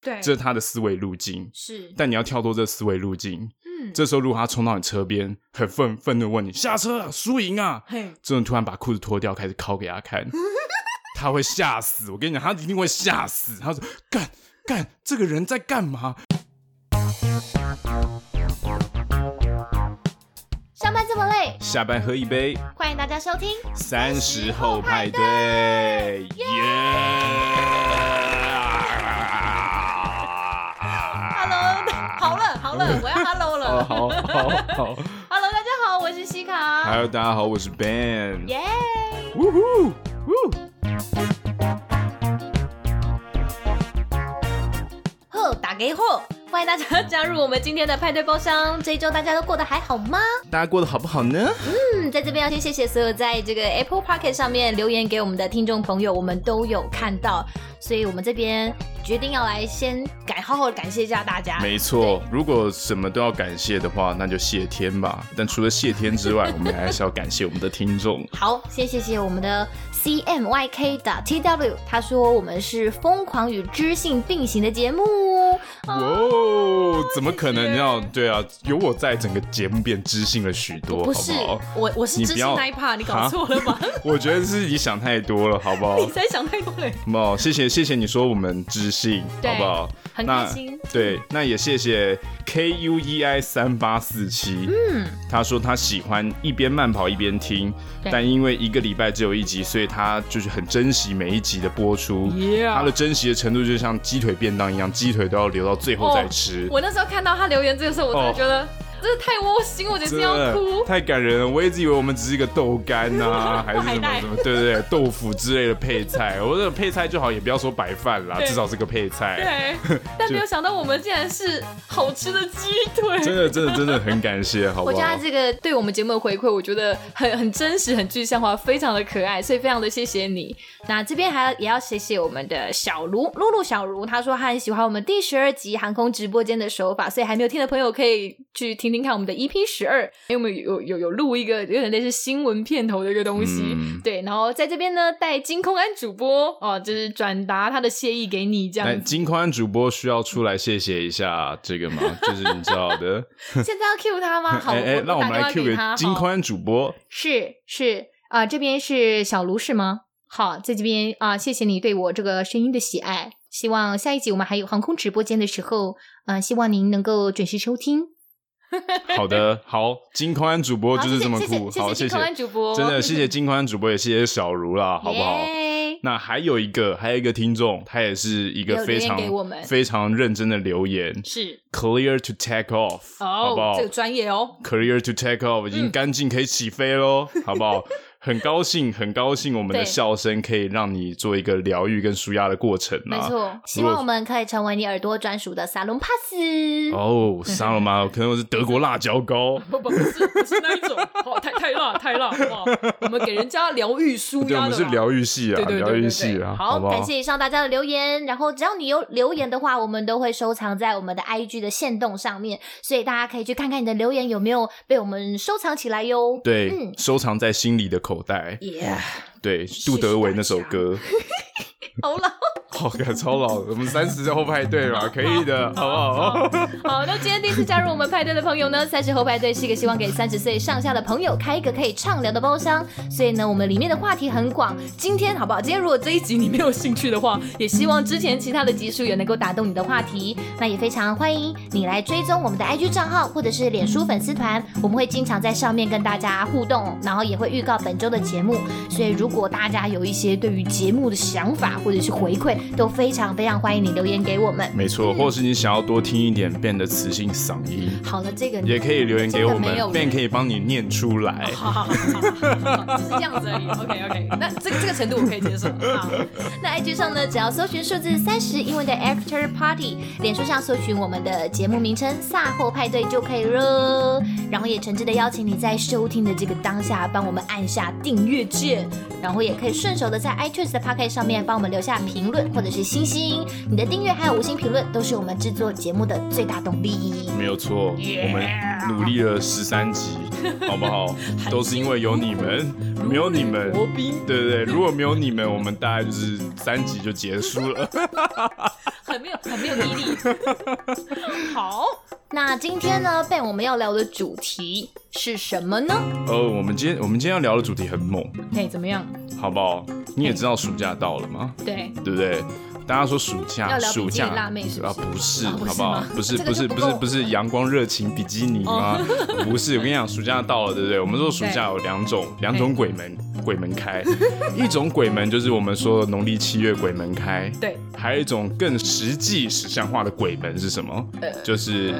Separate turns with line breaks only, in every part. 对，
这是他的思维路径。
是，
但你要跳脱这思维路径，
嗯，
这时候如果他冲到你车边，很愤愤怒地问你下车啊输赢啊，
嘿，
这种突然把裤子脱掉，开始拷给他 看，他会吓死。我跟你讲，他一定会吓死。他说：“干干，这个人在干嘛
上班这么累？”，
下班喝一杯，
欢迎大家收听。
三十后派对，耶
Hello，好 了好 了，我要 Hello
哦，
了。
好 好好
Hello，大家好，我是西卡。
，Hello，大家好，我是 Ben，
耶！
呜呼呜。
呵，打给货，欢迎大家加入我们今天的派对包厢。这一周大家都过得还好吗？
大家过得好不好呢？
嗯，在这边要先谢谢所有在这个 Apple p o c k e t 上面留言给我们的听众朋友，我们都有看到，所以我们这边决定要来先感好好的感谢一下大家。
没错，如果什么都要感谢的话，那就谢天吧。但除了谢天之外，我们还是要感谢我们的听众。
好，先谢谢我们的 C M Y K 的 T W，他说我们是疯狂与知性并行的节目哦。
哇
哦
哦，怎么可
谢
能
谢
要？对啊，有我在，整个节目变知性了许多，
不是
好不好？
我，我是
你
知
不
性
要
那一 part，你搞错了吧？
我觉得是你想太多了，好不好？
你才想太多了，
好不好？谢谢谢谢你说我们知性，
对
好不好？
很
那
开心。
对，那也谢谢 K U E I 三八四七，嗯，他说他喜欢一边慢跑一边听，
对
但因为一个礼拜只有一集，所以他就是很珍惜每一集的播出。他的珍惜的程度就像鸡腿便当一样，鸡腿都要留到最后再吃。
我那时候看到他留言这个时候，我真的
哦
觉得真的太窝心，我简直
真
要
的
哭。
太感人了！我一直以为我们只是一个豆干呐、还是什么什么，对对对，豆腐之类的配菜。我这个配菜就好，也不要说白饭啦，
对
至少是个配菜。
对，但没有想到我们竟然是好吃的鸡
真
腿。
的，真的，真的很感谢，好不
我
好？
觉得他这个对我们节目的回馈，我觉得很很真实、很具象化，非常的可爱，所以非常的谢谢你。
那这边还要也要谢谢我们的小卢露露小卢，她说她很喜欢我们第十二集航空直播间的手法，所以还没有听的朋友可以去听听看我们的 EP 十二，因为我们有有有有录一个有点类似新闻片头的一个东西。
嗯
对，然后在这边呢，带金空安主播哦，就是转达他的谢意给你这
那
样子。
金宽主播需要出来谢谢一下这个 吗？就是你知道的，
现在要 Q 他吗？好，
哎哎，让我
打
们
电
来
话
Q
给
给
他。
金
好
宽主播。
是是啊、这边是小卢是吗？好，在这边啊、谢谢你对我这个声音的喜爱。希望下一集我们还有航空直播间的时候，嗯、希望您能够准时收听。
好 的，好，金宽主播就是这么
好谢谢
酷，
谢谢
好，谢
谢谢金宽主播
真的谢谢金宽主播，也谢谢小茹啦，好不好？
耶
那还有一个，还有一个听众，他也是一个
有留
非
言
常
给我们
非常认真的留言
是
，clear to take off，好不
哦
好，
这个专业哦。嗯
？clear to take off 已经干净可以起飞 喽，好不好？很高兴，很高兴，我们的
对
笑声可以让你做一个疗愈跟舒压的过程啊啦。
没错，希望我们可以成为你耳朵专属的沙龙 pass。
哦，沙 龙麻可能我是德国辣椒膏，
不不不是不是那一种，好太太辣太辣，好不好？我们给人家疗愈舒
对，我
压
们
的
是
啦，
疗愈系啊，
对对对
疗
对
愈
对
系啊，
好
不
感
好？
谢以上大家的留言，然后只要你有留言的话，我们都会收藏在我们的 IG 的线动上面，所以大家可以去看看你的留言有没有被我们收藏起来哟。
对
嗯，
收藏在心里的口袋。
耶，
对，杜德伟那首歌，
好了，
好，感超老的，我们三十后派对嘛，可以的，好不好？
好，那今天第一次加入我们派对的朋友呢，三十后派对是一个希望给三十岁上下的朋友开一个可以畅聊的包厢，所以呢，我们里面的话题很广。今天好不好？今天如果这一集你没有兴趣的话， 也希望之前其他的集数也能够打动你的话题。那也非常欢迎你来追踪我们的 IG 账号或者是脸书粉丝团，我们会经常在上面跟大家互动，然后也会预告本周的节目。所以如果大家有一些对于节目的想法或者是回馈，都非常非常欢迎你留言给我们。
没
嗯
错，或是你想要多听一点 Ben 的磁性嗓音，
好了，这个你
也可以留言给我
嗯
们
真的没有
，Ben 可以帮你念出来。
好好好好好好，就是这样子而已。OK OK，那这个这个程度我可以接受。好，
那 IG 上呢，只要搜寻数字三十英文的 After Party，脸书上搜寻我们的节目名称“萨后派对”就可以了。然后也诚挚的邀请你在收听的这个当下，帮我们按下订阅键，然后也可以顺手的在 iTunes 的 Pocket 上面帮我们留下评论或者是星星。你的订阅还有五星评论，都是我们制作节目的最大动力。
没有错，我们努力了十三集，好不好？都是因为有你们，没有你们，
国宾
对对对，如果没有你们，我们大概就是三集就结束了。
很没有很没有毅 力。好，
那今天呢，贝我们要聊的主题是什么呢？
呃，我们今天我们今天要聊的主题很猛，
哎，怎么样？
好不好？你也知道暑假到了嘛，
对，
对不对？大家说暑
要
假，
聊
暑
比基尼
假
辣妹是不是
啊，不是，
不是
好不好
吗？
不是，
这个
不
就
是，不
不
是
够，哦
不是阳光热情比基尼吗？ 不是，我跟你讲，暑假到了，对不对？我们说暑假有两种，两种鬼门，鬼门开，一种鬼门就是我们说的农历七月鬼门开，
对，
还有一种更实际实像化的鬼门是什么？
呃
就是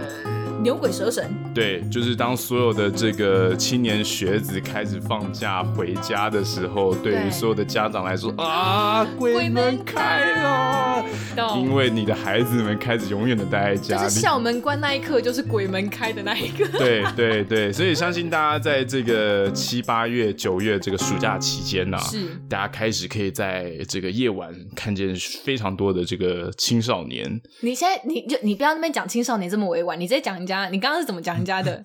牛鬼蛇神，
对，就是当所有的这个青年学子开始放假回家的时候，对于
对
所有的家长来说啊，鬼门开啊
啊
了，
懂
因为你的孩子们开始永远的待在
哦就
家
是
里。
校门关那一刻，就是鬼门开的那一刻。
对对对，所以相信大家在这个七八月、九月这个暑假期间呢、
是
大家开始可以在这个夜晚看见非常多的这个青少年，
你现在你就你不要那边讲青少年这么委婉，你直接讲人家，你刚刚是怎么讲人 家的？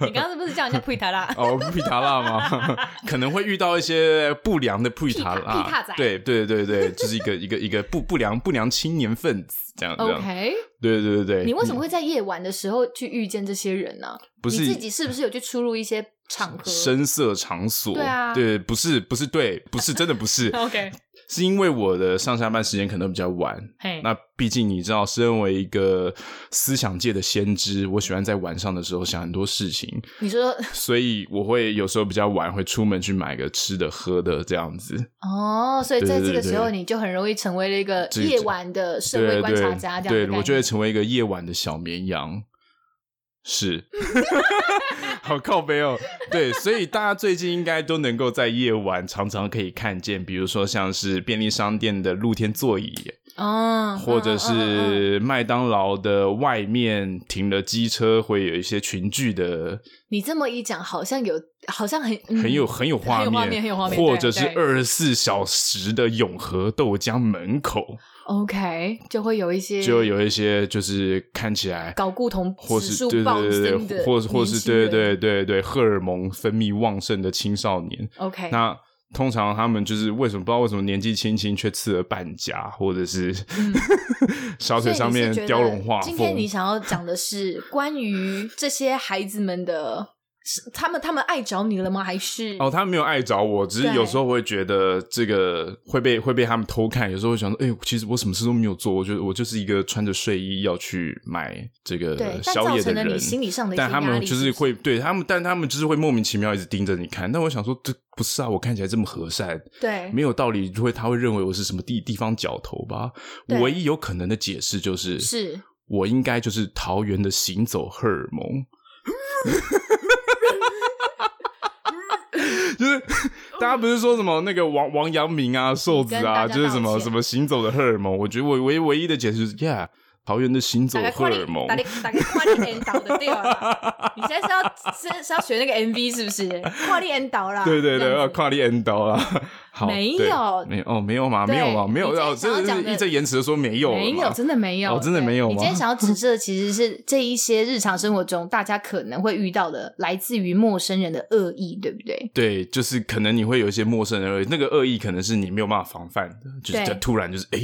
你刚刚是不是 叫人家 p 塔拉？
哦，皮塔拉吗？ 可能会遇到一些不良的皮塔
屁塔屁塔
拉
仔，
对对对对，就是一个一个一个不不良不良青年分子这样这样，
OK，
对对对对。
你为什么会在夜晚的时候去遇见这些人呢？
不是
你自己是不是有去出入一些场合
深色场所？
对啊，
对，不是不是对，不是真的不是
？OK，
是因为我的上下班时间可能比较晚。
嘿，
那毕竟你知道，身为一个思想界的先知，我喜欢在晚上的时候想很多事情，
你说
所以我会有时候比较晚会出门去买个吃的喝的这样子。
哦，所以在
对对
这个时候
对
你就很容易成为了一个
这
夜晚的社会观察家，这样的
对
概
对，
念
我就会成为一个夜晚的小绵羊。是， 好靠背哦。对，所以大家最近应该都能够在夜晚常常可以看见，比如说像是便利商店的露天座椅，
嗯，
或者
嗯嗯嗯嗯
是麦当劳的外面停了机车，会有一些群聚的，
你这么一讲，好像有，好像很嗯
很有很有画
很有画面很有画面
或者
对
是
对
二十四小时的永和豆浆门口，
OK，就会有一些
就有一些就是看起来
搞固酮
或
指
是
数
对
暴
对
增
对对，
的
或是或是
年轻
对
人
对对对荷尔蒙分泌旺盛的青少年，
OK，
那通常他们就是为什么不知道为什么年纪轻轻却刺了半甲，或者是、 小腿上面
嗯所以你是觉得
雕龙画
今天你
凤。
想要讲的是关于这些孩子们的，是他们他们爱找你了吗？还是
哦，他们没有爱找我，只是
对
有时候会觉得这个会被会被他们偷看，有时候会想说，哎、其实我什么事都没有做，我就我就是一个穿着睡衣要去买这个
对但
呃宵夜
造成了
人，
你心理上的一些
但他
压
们
力
就是
是不是
会对他们，但他们就是会莫名其妙一直盯着你看。但我想说，这不是啊，我看起来这么和善，
对
没有道理会他会认为我是什么地地方角头吧？
对
唯一有可能的解释就是，
是
我应该就是桃园的行走荷尔 蒙。就是大家不是说什么那个王王阳明啊、瘦子
跟大
啊，
家
就是什
道
么
歉
什么行走的荷尔蒙。我觉得我唯唯一的解释就是，Yeah，桃园的行走
大概
荷
快
尔
点
蒙，
大概大概快点 N 导的对啊吧？你现在是要是是要学那个 MV 是不是？快点 N 导啦，
对对
这
对，
样
要
子
跨立 N 刀 啦。好，
没
对
有
没有哦，没有吗？
对
没有吗？没有，
你今天
哦
想要
真的
讲
是
的
义正言辞的说没有了嘛，
没有，真的没有，
哦真的
对
没有
你
吗
今天想要指涉的其实是这一些日常生活中大家可能会遇到的来自于陌生人的恶意，对不对？
对，就是可能你会有一些陌生人恶意，那个恶意可能是你没有办法防范的，就是
对
就突然就是哎，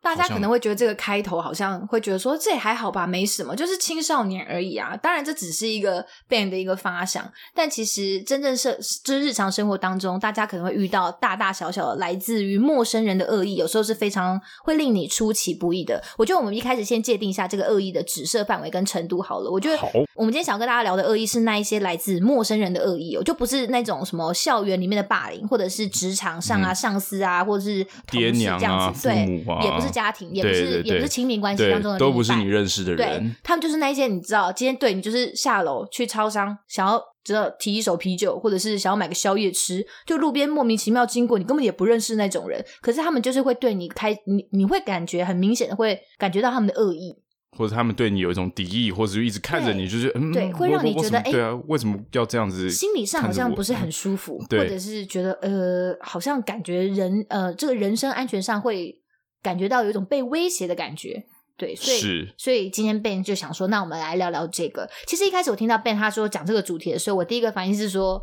大家
好像
可能会觉得这个开头好像会觉得说这也还好吧，没什么，就是青少年而已啊。当然，这只是一个 band 的一个发想，但其实真正是就是日常生活当中，大家可能会遇到大大小小的来自于陌生人的恶意，有时候是非常会令你出其不意的。我觉得我们一开始先界定一下这个恶意的指涉范围跟程度好了。我觉得
好
我们今天想要跟大家聊的恶意是那一些来自陌生人的恶意哦，就不是那种什么校园里面的霸凌，或者是职场上啊、上司啊，或者是同
嗯爹
事这
娘啊
样子，
父
对
母，啊
也不是家庭，也不
对
是
对
也不
对
是亲密关系当
对，
中的
都
另一
不是
半
你认识的
对
人，
他们就是那一些你知道，今天对你就是下楼去超商，想要只要提一手啤酒，或者是想要买个宵夜吃，就路边莫名其妙经过，你根本也不认识那种人，可是他们就是会对你开，你你会感觉很明显的会感觉到他们的恶意，
或者他们对你有一种敌意，或者就一直看着你，就是嗯，
对会
我
让你
我为
觉得
什么
哎
对啊，为什么要这样子？
心理上好像不是很舒服，或
嗯对
者是觉得呃，好像感觉人呃，这个人身安全上会感觉到有一种被威胁的感觉。对，所以
是
所以今天 Ben 就想说，那我们来聊聊这个。其实一开始我听到 Ben 他说讲这个主题的时候，我第一个反应是说，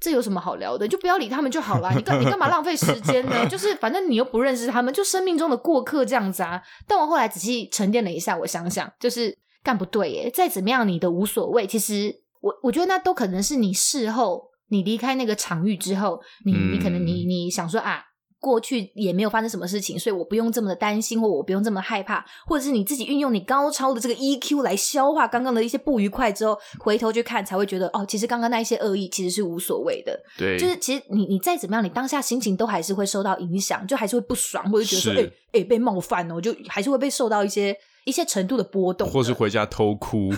这有什么好聊的？就不要理他们就好啦。你干你干嘛浪费时间呢？ 就是反正你又不认识他们，就生命中的过客这样子啊。但我后来仔细沉淀了一下，我想想，就是干不对耶。再怎么样，你的无所谓，其实我我觉得那都可能是你事后你离开那个场域之后，你你可能
嗯
你你想说啊。过去也没有发生什么事情，所以我不用这么的担心，或我不用这么害怕，或者是你自己运用你高超的这个 EQ 来消化刚刚的一些不愉快之后，回头去看才会觉得哦，其实刚刚那一些恶意其实是无所谓的，
对，
就是其实你你再怎么样，你当下心情都还是会受到影响，就还是会不爽，或者觉得说
是
哎哎、被冒犯哦，就还是会被受到一些一些程度的波动的，
或是回家偷哭，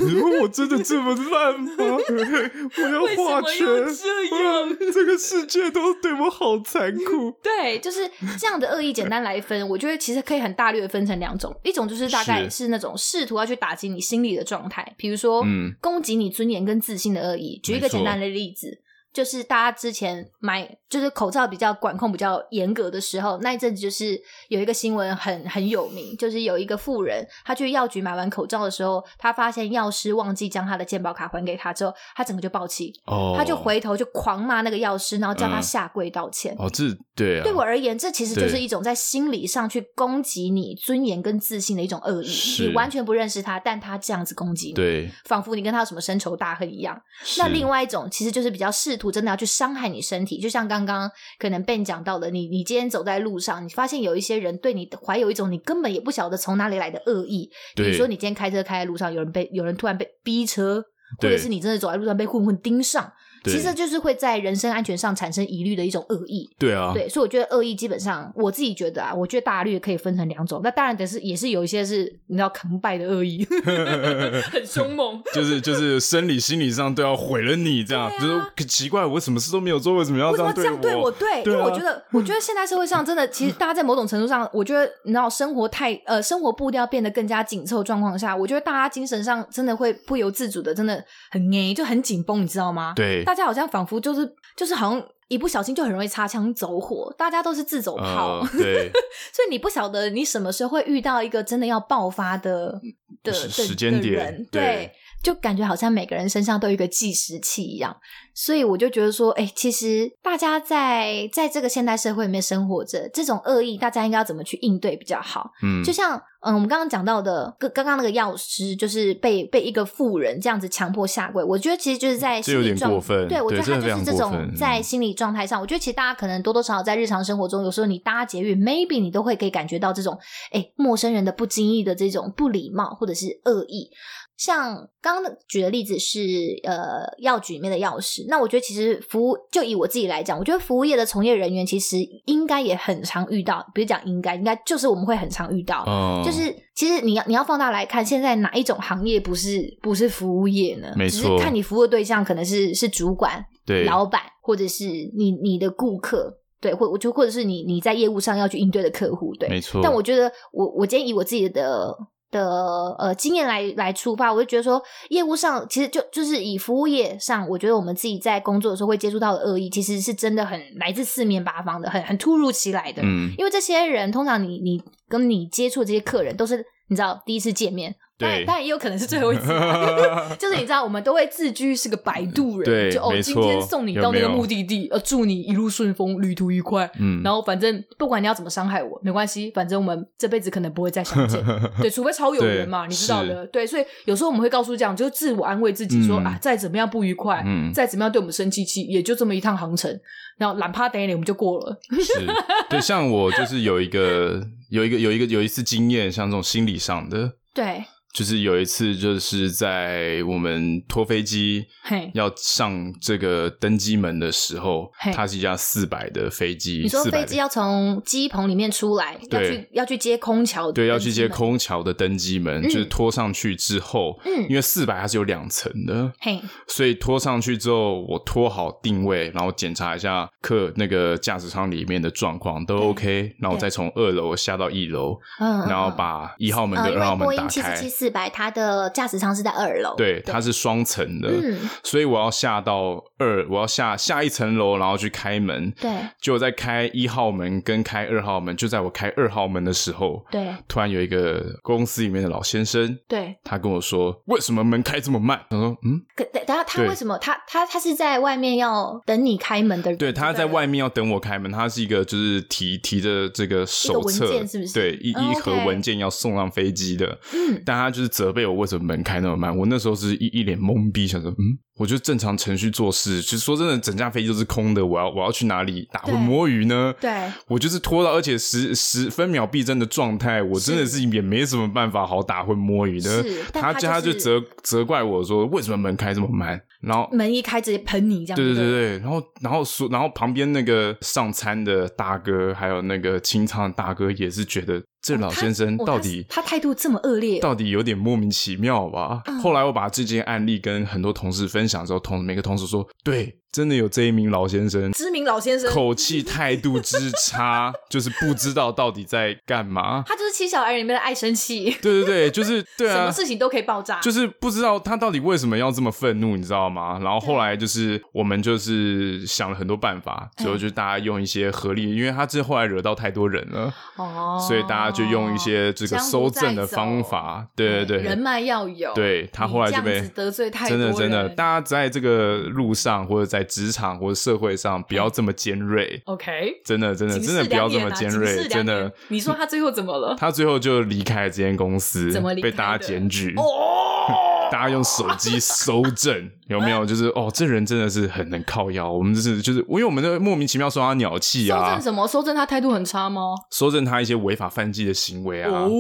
我真的这么烂吗？ 我要画圈，
为什么 要
我这个世界都对我好残酷。
对，就是这样的恶意。简单来分，我觉得其实可以很大略的分成两种，一种就是大概
是
是那种试图要去打击你心理的状态，比如说、
嗯
攻击你尊严跟自信的恶意。举一个
没错
简单的例子，就是大家之前买就是口罩比较管控比较严格的时候，那一阵子就是有一个新闻很很有名，就是有一个富人他去药局买完口罩的时候，他发现药师忘记将他的健保卡还给他之后，他整个就暴气，
哦，
他就回头就狂骂那个药师，然后叫他
嗯
下跪道歉。
哦，这对啊，
对我而言，这其实就是
对
一种在心理上去攻击你尊严跟自信的一种恶意。
是
你完全不认识他，但他这样子攻击你，
对，
仿佛你跟他有什么深仇大恨一样。
是
那另外一种其实就是比较试图真的要去伤害你身体，就像刚刚可能被你讲到的，你你今天走在路上，你发现有一些人对你怀有一种你根本也不晓得从哪里来的恶意，比
对
如说你今天开车开在路上，有人被有人突然被逼车，或者
对
是你真的走在路上被混混盯上，其
对
实这就是会在人身安全上产生疑虑的一种恶意。
对啊，
对，所以我觉得恶意基本上，我自己觉得啊，我觉得大略可以分成两种。那当然，但是也是有一些是你知道扛败的恶意， 很凶猛。
就是就是生理心理上都要毁了你这样，就是奇怪，我什么事都没有做，为什么要
啊为什么
这
这
样
样对
我？
我？对，
对
因为我
啊
觉得，我觉得现在社会上真的，其实大家在某种程度上，我觉得你知道，生活太呃，生活步调变得更加紧凑的状况下，我觉得大家精神上真的会不由自主的，真的很哎，就很紧绷，你知道吗？
对
大家好像仿佛就是就是好像一不小心就很容易擦枪走火，大家都是自走炮，
呃， 对，
所以你不晓得你什么时候会遇到一个真的要爆发的的的
时嗯时间点
的人
对
对，就感觉好像每个人身上都有一个计时器一样。所以我就觉得说，哎、其实大家在在这个现代社会里面生活着，这种恶意大家应该要怎么去应对比较好？
嗯，
就像嗯，我们刚刚讲到的，刚刚刚那个药师就是被被一个富人这样子强迫下跪，我觉得其实就是在
嗯这
心
有
理
点
状
过分
对我
对
觉得
这
他就是
非常
这
过
种
分
在
嗯
心理状态上，我觉得其实大家可能多多少少在日常生活中，有时候你搭捷运，maybe 你都会可以感觉到这种哎陌生人的不经意的这种不礼貌或者是恶意。像刚刚举的例子是呃药局里面的药师，那我觉得其实服务就以我自己来讲，我觉得服务业的从业人员其实应该也很常遇到，不是讲应该，应该就是我们会很常遇到，
哦
就是其实你要你要放大来看，现在哪一种行业不是不是服务业呢？
没
只
错
是看你服务的对象可能是是主管、
对
老板，或者是你你的顾客，对，或我就或者是你你在业务上要去应对的客户，对。
没错，
但我觉得我我今天以我自己的。的呃经验来来出发，我就觉得说，业务上其实就就是以服务业上，我觉得我们自己在工作的时候会接触到的恶意，其实是真的很来自四面八方的，很很突如其来的。
嗯，
因为这些人通常你你跟你接触的这些客人都是你知道第一次见面，当然
对
当然也有可能是最 后一次 啊，就是你知道我们都会自居是个摆渡人，
对
就哦
没
今
错
天送你到那
有
个
没有
目的地，呃祝你一路顺风，旅途愉快。
嗯，
然后反正不管你要怎么伤害我，没关系，反正我们这辈子可能不会再 相见。对，除非超有人嘛，
对
你知道的。对，所以有时候我们会告诉这样，就自我安慰自己说、
嗯
啊，再怎么样不愉快，
嗯
再怎么样对我们生气气，也就这么一趟航程，然后懒趴等一等我们就过了。
是，对，像我就是有一个有一个有一个有一次经验，像这种心理上的，
对，
就是有一次就是在我们拖飞机
嘿
要上这个登机门的时候
嘿，
它是一架四百的飞机，
你说
400
飞
的
机要从机棚里面出来，要
对
去要去接空桥，
对，要去接。空桥的登机门，就是
嗯
拖上去之后，
嗯
因为四百它是有两层的，
嘿，
所以拖上去之后，我拖好定位，然后检查一下客那个驾驶舱里面的状况都 OK，然后我再从二楼下到一楼，
嗯，
然后把一号门
呃，
跟
因
二号
为波
门
音
打
七
开
四。七四百，它的驾驶舱是在二楼，
对，它是双层的，
嗯
所以我要下到二二，我要下下一层楼，然后去开门。
对
结果在开一号门跟开二号门，就在我开二号门的时候，
对
突然有一个公司里面的老先生，
对，
他跟我说：“为什么门开这么慢？”他说：“嗯，
可等等下他
对
为什么他他他是在外面要等你开门的人？
对，他在外面要等我开门，他是一个就是提提着这个手册，
一个文件是不是
对，一
哦
一盒
，OK
文件要送上飞机的。
嗯
但他就是责备我为什么门开那么慢，我那时候是一一脸懵逼，想说，嗯，我就正常程序做事，其实说真的，整架飞机都是空的，我要我要去哪里打
对
混摸鱼呢？
对
我就是拖到，而且十十分秒必争的状态，我真的是也没什么办法好打混摸鱼的
是。但
他
他
就他
就
就是责责怪我说，为什么门开这么慢？然后
门一开直接喷你这样，
对对
不
对对，然后然后说，然后旁边那个上餐的大哥，还有那个清仓的大哥，也是觉得这老
他
先生
哦
到
他
底、
他态度这么恶劣
到底有点莫名其妙吧。
嗯
后来我把这件案例跟很多同事分享之后，同每个同事说，对，真的有这一名老先生，
知名老先生，
口气态度之差，就是不知道到底在干嘛。
他就是七小矮人里面的爱生气，
对对对，就是对
什么
啊，
事情都可以爆炸，
就是不知道他到底为什么要这么愤怒，你知道吗？然后后来就是我们就是想了很多办法，
哎
最后就大家用一些合力，因为他这后来惹到太多人了，
哦，
所以大家就用一些这个
江
搜
湖再
证的方
走
法，对对
哎人
对，
脉要有，
对他后来就
你这样
被
子得罪太多
真的真的，
人
大家在这个路上或者在职场或者社会上不要这么尖锐，
，OK，
真的真的
警示
真的不要这么
两眼啊
尖
警
锐，
示
真
两
的
眼。你说他最后怎么了？
他最后就离开了这间公司，
怎么离
被
开的哦
大家检举？大家用手机搜 证，有没
哎
有？就是哦，这人真的是很能靠腰。我们就是就是，因为我们都莫名其妙说他鸟气
收
啊
证，什么？收证他态度很差吗？
搜证他一些违法犯纪的行为啊，
哦，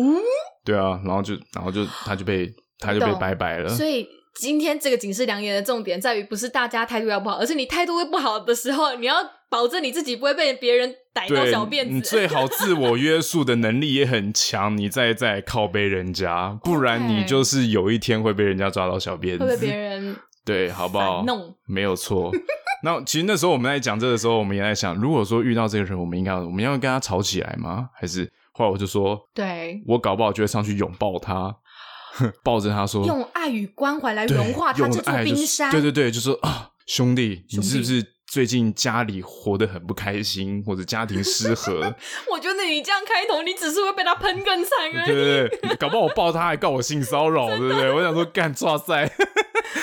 对啊，然后就然后就他就被他就被
懂
拜拜了。
所以。今天这个警示良言的重点在于，不是大家态度要不好，而是你态度会不好的时候，你要保证你自己不会被别人逮到
对
小辫，子。
你最好自我约束的能力也很强，你再再靠背人家， 不然
OK
你就是有一天会被人家抓到小辫
会被别
子。
人
对，好不好？
反弄。
没有错。 那其实那时候我们在讲这个时候，我们也在想，如果说遇到这个人，我们应该我们要跟他吵起来吗？还是后来我就说，
对，
我搞不好就会上去拥抱他， 抱着他说，
用爱与关怀来
对
融化他
用
这座
爱就
冰
是
山。
对对对，就说啊，兄弟，你
兄弟
是不是最近家里活得很不开心，或者家庭失和？
我觉得你这样开头，你只是会被他喷更惨而
对
已。
对对，搞不好我抱他还告我性骚扰，对不对？我想说干抓 塞，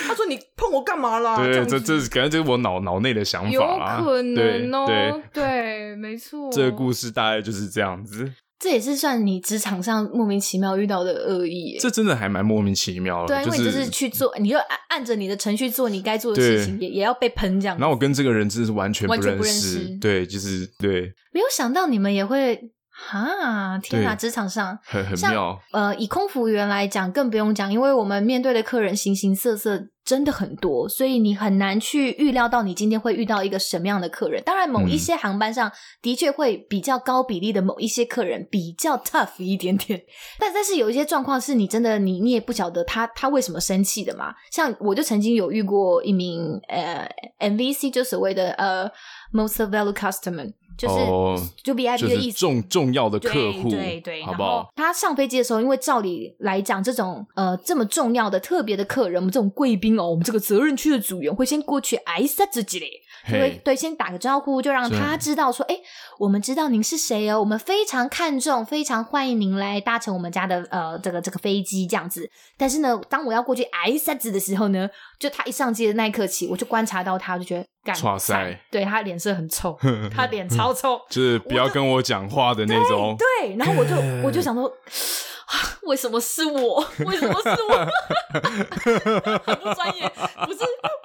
他说你碰我干嘛啦？
对，
样子
这这是可能这是我脑脑内的想
啊有
法啦，
可能哦、
对对，
对，没错。
这个故事大概就是这样子，
这也是算你职场上莫名其妙遇到的恶意耶。
这真的还蛮莫名其妙的，
对啊，因为你
就
就是去做，你就按按着你的程序做你该做的事情，
对
也也要被喷这样
然。后我跟这个人真的是完全
完全
认
不认
识
识，
对，就是对，
没有想到你们也会哈，天哪！
对
职场上
很很
像
妙，
呃，以空服员来讲，更不用讲，因为我们面对的客人形形色色，真的很多，所以你很难去预料到你今天会遇到一个什么样的客人。当然，某一些航班上的确会比较高比例的某一些客人比较 tough 一点点，但但是有一些状况是你真的你你也不晓得他他为什么生气的嘛。像我就曾经有遇过一名呃 MVC，就所谓的呃 most value customer，就是、
哦
就 VIP
就
的意
是
思。
重重要的客户，
对对对，
好不
然后
好？
他上飞机的时候，因为照理来讲，这种呃这么重要的特别的客人，我们这种贵宾哦，我们这个责任区的组员会先过去挨杀自己嘞，就会
嘿，
对先打个招呼，就让
是
他知道说，哎，我们知道您是谁哦，我们非常看重，非常欢迎您来搭乘我们家的呃这个这个飞机这样子。但是呢，当我要过去挨杀子的时候呢，就他一上机的那一刻起，我就观察到他，我就觉得干
哇塞
惨对他脸色很臭，他脸超臭。哎
就是不要跟我讲话的那种，
对，然后我就我就想说，啊为什么是我？为什么是我？ 很不专业，不是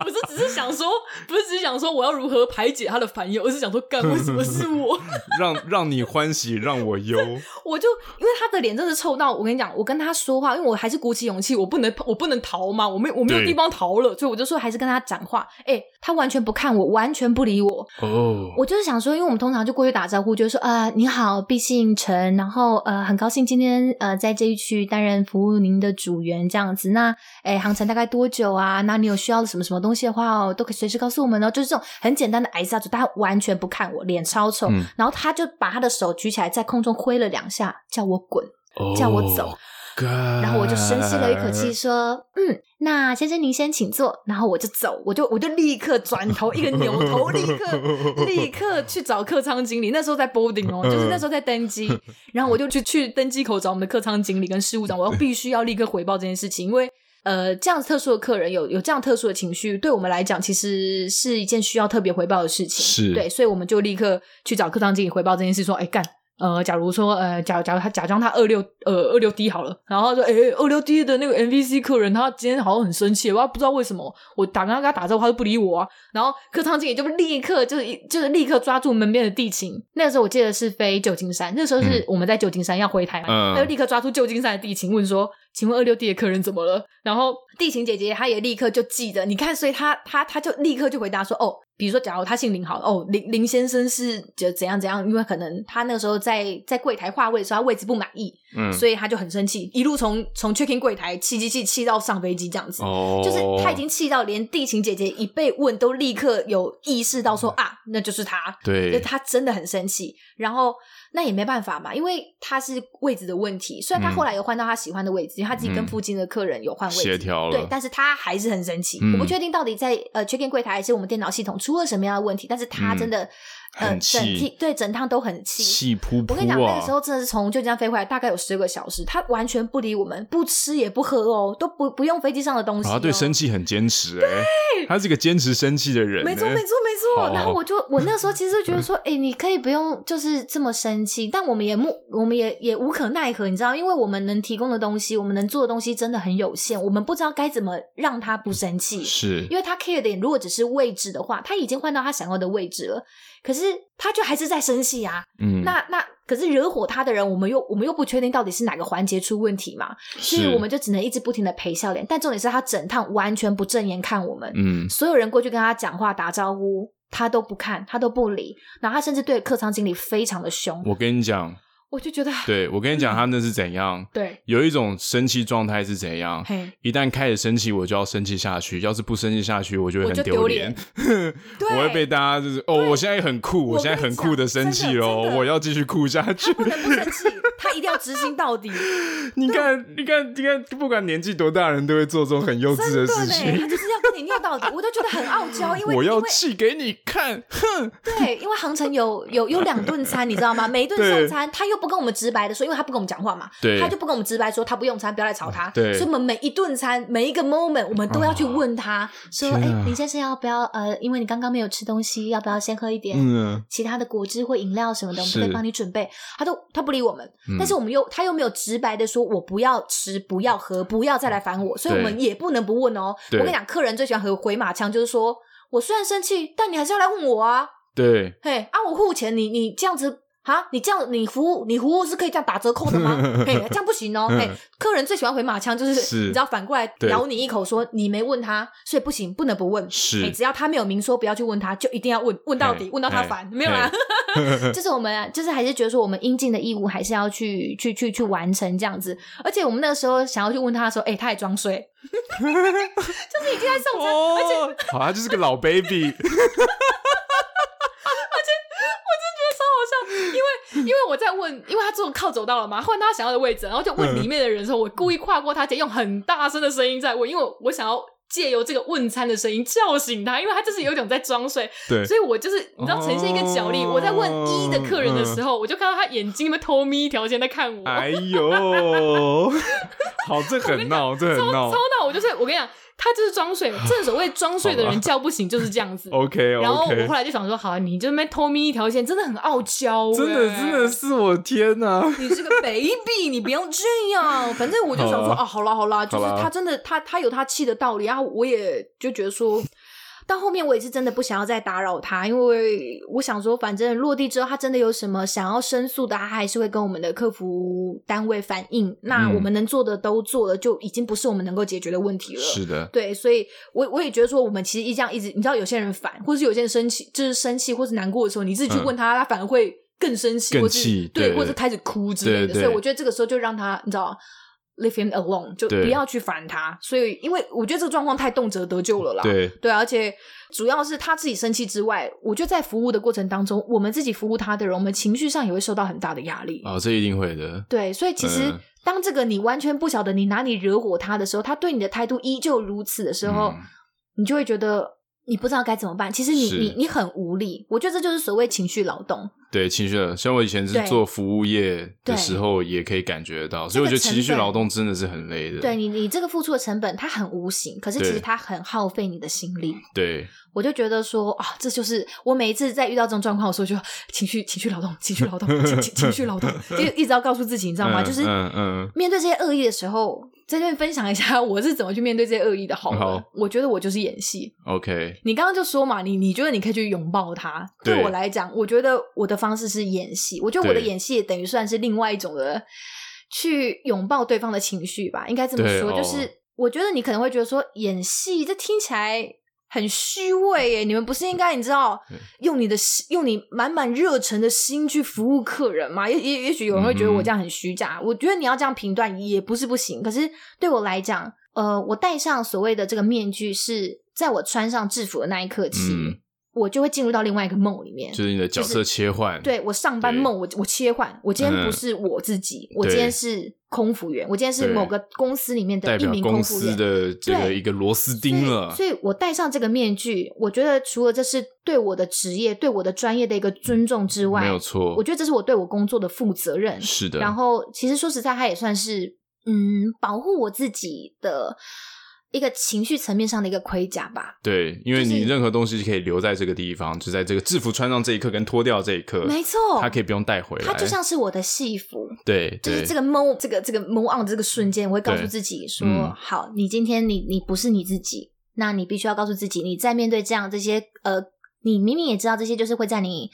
不是，只是想说，不是只是想说我要如何排解他的烦忧，而是想说，干为什么是我？
让让你欢喜，让我忧，
我就因为他的脸真的臭到，我跟你讲，我跟他说话，因为我还是鼓起勇气，我不能我不能逃嘛，我没有我没有
对
地方逃了，所以我就说还是跟他讲话。哎、他完全不看我，完全不理我，
哦，
我就是想说，因为我们通常就过去打招呼，就是说啊、呃你好，毕姓陈，然后呃，很高兴今天呃在这一区担任服务您的组员这样子。那哎，航程大概多久啊？那你有需要什么什么东西的话哦，都可以随时告诉我们哦。就是这种很简单的挨下去，但他完全不看我，脸超丑，
嗯
然后他就把他的手举起来，在空中挥了两下，叫我滚。
哦
叫我走。
然
然后我就深吸了一口气，说：“嗯，那先生您先请坐。”然后我就走，我就我就立刻转头一个扭头，立刻立刻去找客舱经理。那时候在 boarding 哦，就是那时候在登机，然后我就去去登机口找我们的客舱经理跟事务长，我要必须要立刻回报这件事情，因为。呃，这样特殊的客人有有这样特殊的情绪，对我们来讲其实是一件需要特别回报的事情。
是
对，所以我们就立刻去找客舱经理回报这件事，说：“哎，干，呃，假如说呃，假假如他假装他二六呃二六 D 好了，然后他说诶二六 D 的那个 MVC 客人他今天好像很生气，我也不知道为什么，我打跟他跟他打招呼他都不理我啊，然后客舱经理就立刻就是一就是立刻抓住门边的地勤，那时候我记得是飞旧金山，那时候是
嗯
我们在旧金山要回台湾，
嗯
他就立刻抓住旧金山的地勤问说。请问二六 D 的客人怎么了？然后地勤姐姐她也立刻就记得，你看，所以她她她就立刻就回答说，哦，比如说假如她姓林好了，哦，林林先生是就怎样怎啊样，因为可能他那个时候在在柜台划位的时候，他位置不满意，
嗯，
所以他就很生气，一路从从 check in 柜台气气气气到上飞机这样子。
哦，
就是他已经气到连地勤姐姐一被问都立刻有意识到说啊，那就是他，就
嗯对
他真的很生气，然后那也没办法嘛，因为他是位置的问题。虽然他
嗯
后来有换到他喜欢的位置，因为他自己跟
嗯
附近的客人有换位
协
置，
调了，
对，但是他还是很生气。
嗯
我不确定到底在呃 check in 柜台还是我们电脑系统出了什么样的问题，但是他真
嗯
的、呃
很气
整体对整趟都很气。
气扑扑
我
啊！
跟你讲，那个时候真的是从旧金山飞回来，大概有十个小时，他完全不理我们，不吃也不喝哦，都不不用飞机上的东西、
然
哦。
啊后对生气很坚持哎、他是个坚持生气的人、
没错，
欸
没错，没错。
好
然后我就我哦那时候其实就觉 得说，哎、你可以不用就是这么生气，但我们也莫，我们也也无可奈何，你知道，因为我们能提供的东西，我们能做的东西真的很有限，我们不知道该怎么让他不生气。
是
因为他 care 点如果只是位置的话，他已经换到他想要的位置了，可是他就还是在生气啊。
嗯，
那那可是惹火他的人，我们又我们又不确定到底是哪个环节出问题嘛，所以
是
我们就只能一直不停的陪笑脸。但重点是他整趟完全不正眼看我们，
嗯
所有人过去跟他讲话打招呼，他都不看，他都不理，然后他甚至对客舱经理非常的凶。
我跟你讲，
我就觉得
对我跟你讲，他那是怎样？
嗯对，
有一种生气状态是怎样？
嘿，
一旦开始生气，我就要生气下去；要是不生气下去，我就会
我
很
就
丢
丢脸。对
我会被大家就是哦，我现在很酷，
我
我现在
跟
很
你
酷
讲
的生
真
气
的
喽，
真的
我要继续酷下去
他。不能不生气，他一定要执行到 底。
你看，你看，你看，不管年纪多大，人都会做这种很幼稚
真
的
的
事
呢，他
情。
就是要跟你拗到底，我都觉得很傲娇，因 为
我要
因为
气给你 看，哼！
对，因为航程有有有两顿餐，你知道吗？每一顿
对
送餐，他又不跟我们直白的说，因为他不跟我们讲话嘛，
对哦
他就不跟我们直白说他不用餐，不要来吵他。
对哦
所以我们每一顿餐，每一个 moment，我们都要去问他、说：“
天
哎、
啊
林先生要不要？呃，因为你刚刚没有吃东西，要不要先喝一点？”
嗯，
其他的果汁或饮料什么的，我们都
是
会帮你准备。他都他不理我们，
嗯
但是我们又他又没有直白的说，我不要吃，不要喝，不要再来烦我，所以我
对
们也不能不问哦。我
对
跟你讲，客人最喜欢和回马枪，就是说我虽然生气，但你还是要来问我啊。
对，
嘿，啊，我付钱，你你这样子啊，你这样你服务你服务是可以这样打折扣的吗？ 嘿，这样不行哦。嘿，客人最喜欢回马枪，就是
是
你知道反过来
嗯对
咬你一口说，你没问他，所以不行，不能不问。
是
嘿只要他没有明说不要去问他，就一定要问，问到底
嘿，
问到他
嘿
烦，没有啦。 就是我们啊就是还是觉得说，我们应尽的义务还是要去去去去完成这样子。而且我们那个时候想要去问他的时候，哎、他还装睡，就是已经在上车，而且
哦，好，他就是个老 baby，
我真的觉得超好笑，因为 因为我在问，因为他坐靠走道了嘛，换他想要的位置，然后就
嗯
问里面的人的时候，我故意跨过他，直接用很大声的声音在问，因为我想要借由这个问餐的声音叫醒他，因为他就是有一种在装睡，
对，
所以我就是你知道呈现一个角力。
哦
我在问一的客人的时候，我就看到他眼睛里面偷眯一条线在看我，
哎呦， 好，这很闹，这很
超
闹
哦超闹！我就是我跟你讲，他就是装睡，正所谓装睡的
好吧
人叫不醒就是这样 子。
，OK
然后
OK，
我后来就想说，好啊，你就在那边偷眯一条线，真的很傲娇、欸，
真的真的是我天哪、
你是个 baby，你不要这样。反正我就想说
好啊
啊，好啦好啦，就是
好啦
他真的他他有他气的道理，然后我也就觉得说。到后面我也是真的不想要再打扰他，因为我想说，反正落地之后他真的有什么想要申诉的，啊他还是会跟我们的客服单位反映。那
嗯
我们能做的都做了，就已经不是我们能够解决的问题了。
是的，
对，所以我我也觉得说，我们其实一这样一直，你知道，有些人烦，或是有些人生气，就是生气或是难过的时候，你自己去
嗯
问他，他反而会更生气，
更
或是
气
对，
对
或
对
者开始哭之类的。
对对
所以我觉得这个时候就让他，你知道。 leave him alone，就
对
不要去烦他。所以，因为我觉得这个状况太动辄得咎了啦。
对
对，啊而且主要是他自己生气之外，我觉得在服务的过程当中，我们自己服务他的人，我们情绪上也会受到很大的压力。
哦，这一定会的。
对，所以其实
嗯
当这个你完全不晓得你哪里惹火他的时候，他对你的态度依旧如此的时候，
嗯
你就会觉得你不知道该怎么办。其实你
是
你你很无力，我觉得这就是所谓情绪劳动。
对情绪的，像我以前是
对
做服务业
对
的时候，也可以感觉得到，所以
这个
我觉得情绪
成本
劳动真的是很累的。
对你你这个付出的成本，它很无形，可是其
对
实它很耗费你的心力。
对
我就觉得说啊，这就是我每一次在遇到这种状况的时候，就情绪情绪劳动，情绪劳动，情情情绪 劳动，就一直要告诉自己，你知道吗？
嗯
就是
嗯 嗯
面对这些恶意的时候，在这边分享一下我是怎么去面对这些恶意的。好了，
好
我觉得我就是演戏。
，OK，
你刚刚就说嘛，你你觉得你可以去拥抱他。
对
对我来讲，我觉得我的方式是演戏。我觉得我的
对
演戏也等于算是另外一种的去拥抱对方的情绪吧，应该这么
对
说。
哦
就是我觉得你可能会觉得说，演戏这听起来。很虚伪耶！你们不是应该你知道
对
用你的心用你满满热忱的心去服务客人吗？也也也许有人会觉得我这样很虚假，我觉得你要这样评断也不是不行。可是对我来讲，呃，我戴上所谓的这个面具，是在我穿上制服的那一刻起，
嗯，
我就会进入到另外一个梦里面。
就是你的角色切换，
对我上班
对嗯
梦，我我切换，我今天不是我自己，我今天是空服员，我今天是
对
某个公司里面的
代
一
表
名
公
空服
司
员。
的这个
对
一个螺丝钉了
所。以，所以我戴上这个面具，我觉得除了这是对我的职业、对我的专业的一个尊重之外，
没有错，
我觉得这是我对我工作的负责任。
是的。
然后，其实说实在，它也算是嗯，保护我自己的一个情绪层面上的一个盔甲吧。
对，因为
就是
你任何东西可以留在这个地方，就在这个制服穿上这一刻跟脱掉这一刻，
没错
它可以不用带回来。
它就像是我的戏服，
对
就
对
是这个 mo 这个这个 mo on 的这个瞬间，我会告诉
对
自己说：
嗯
好，你今天你你不是你自己，那你必须要告诉自己，你在面对这样这些呃，你明明也知道这些就是会在你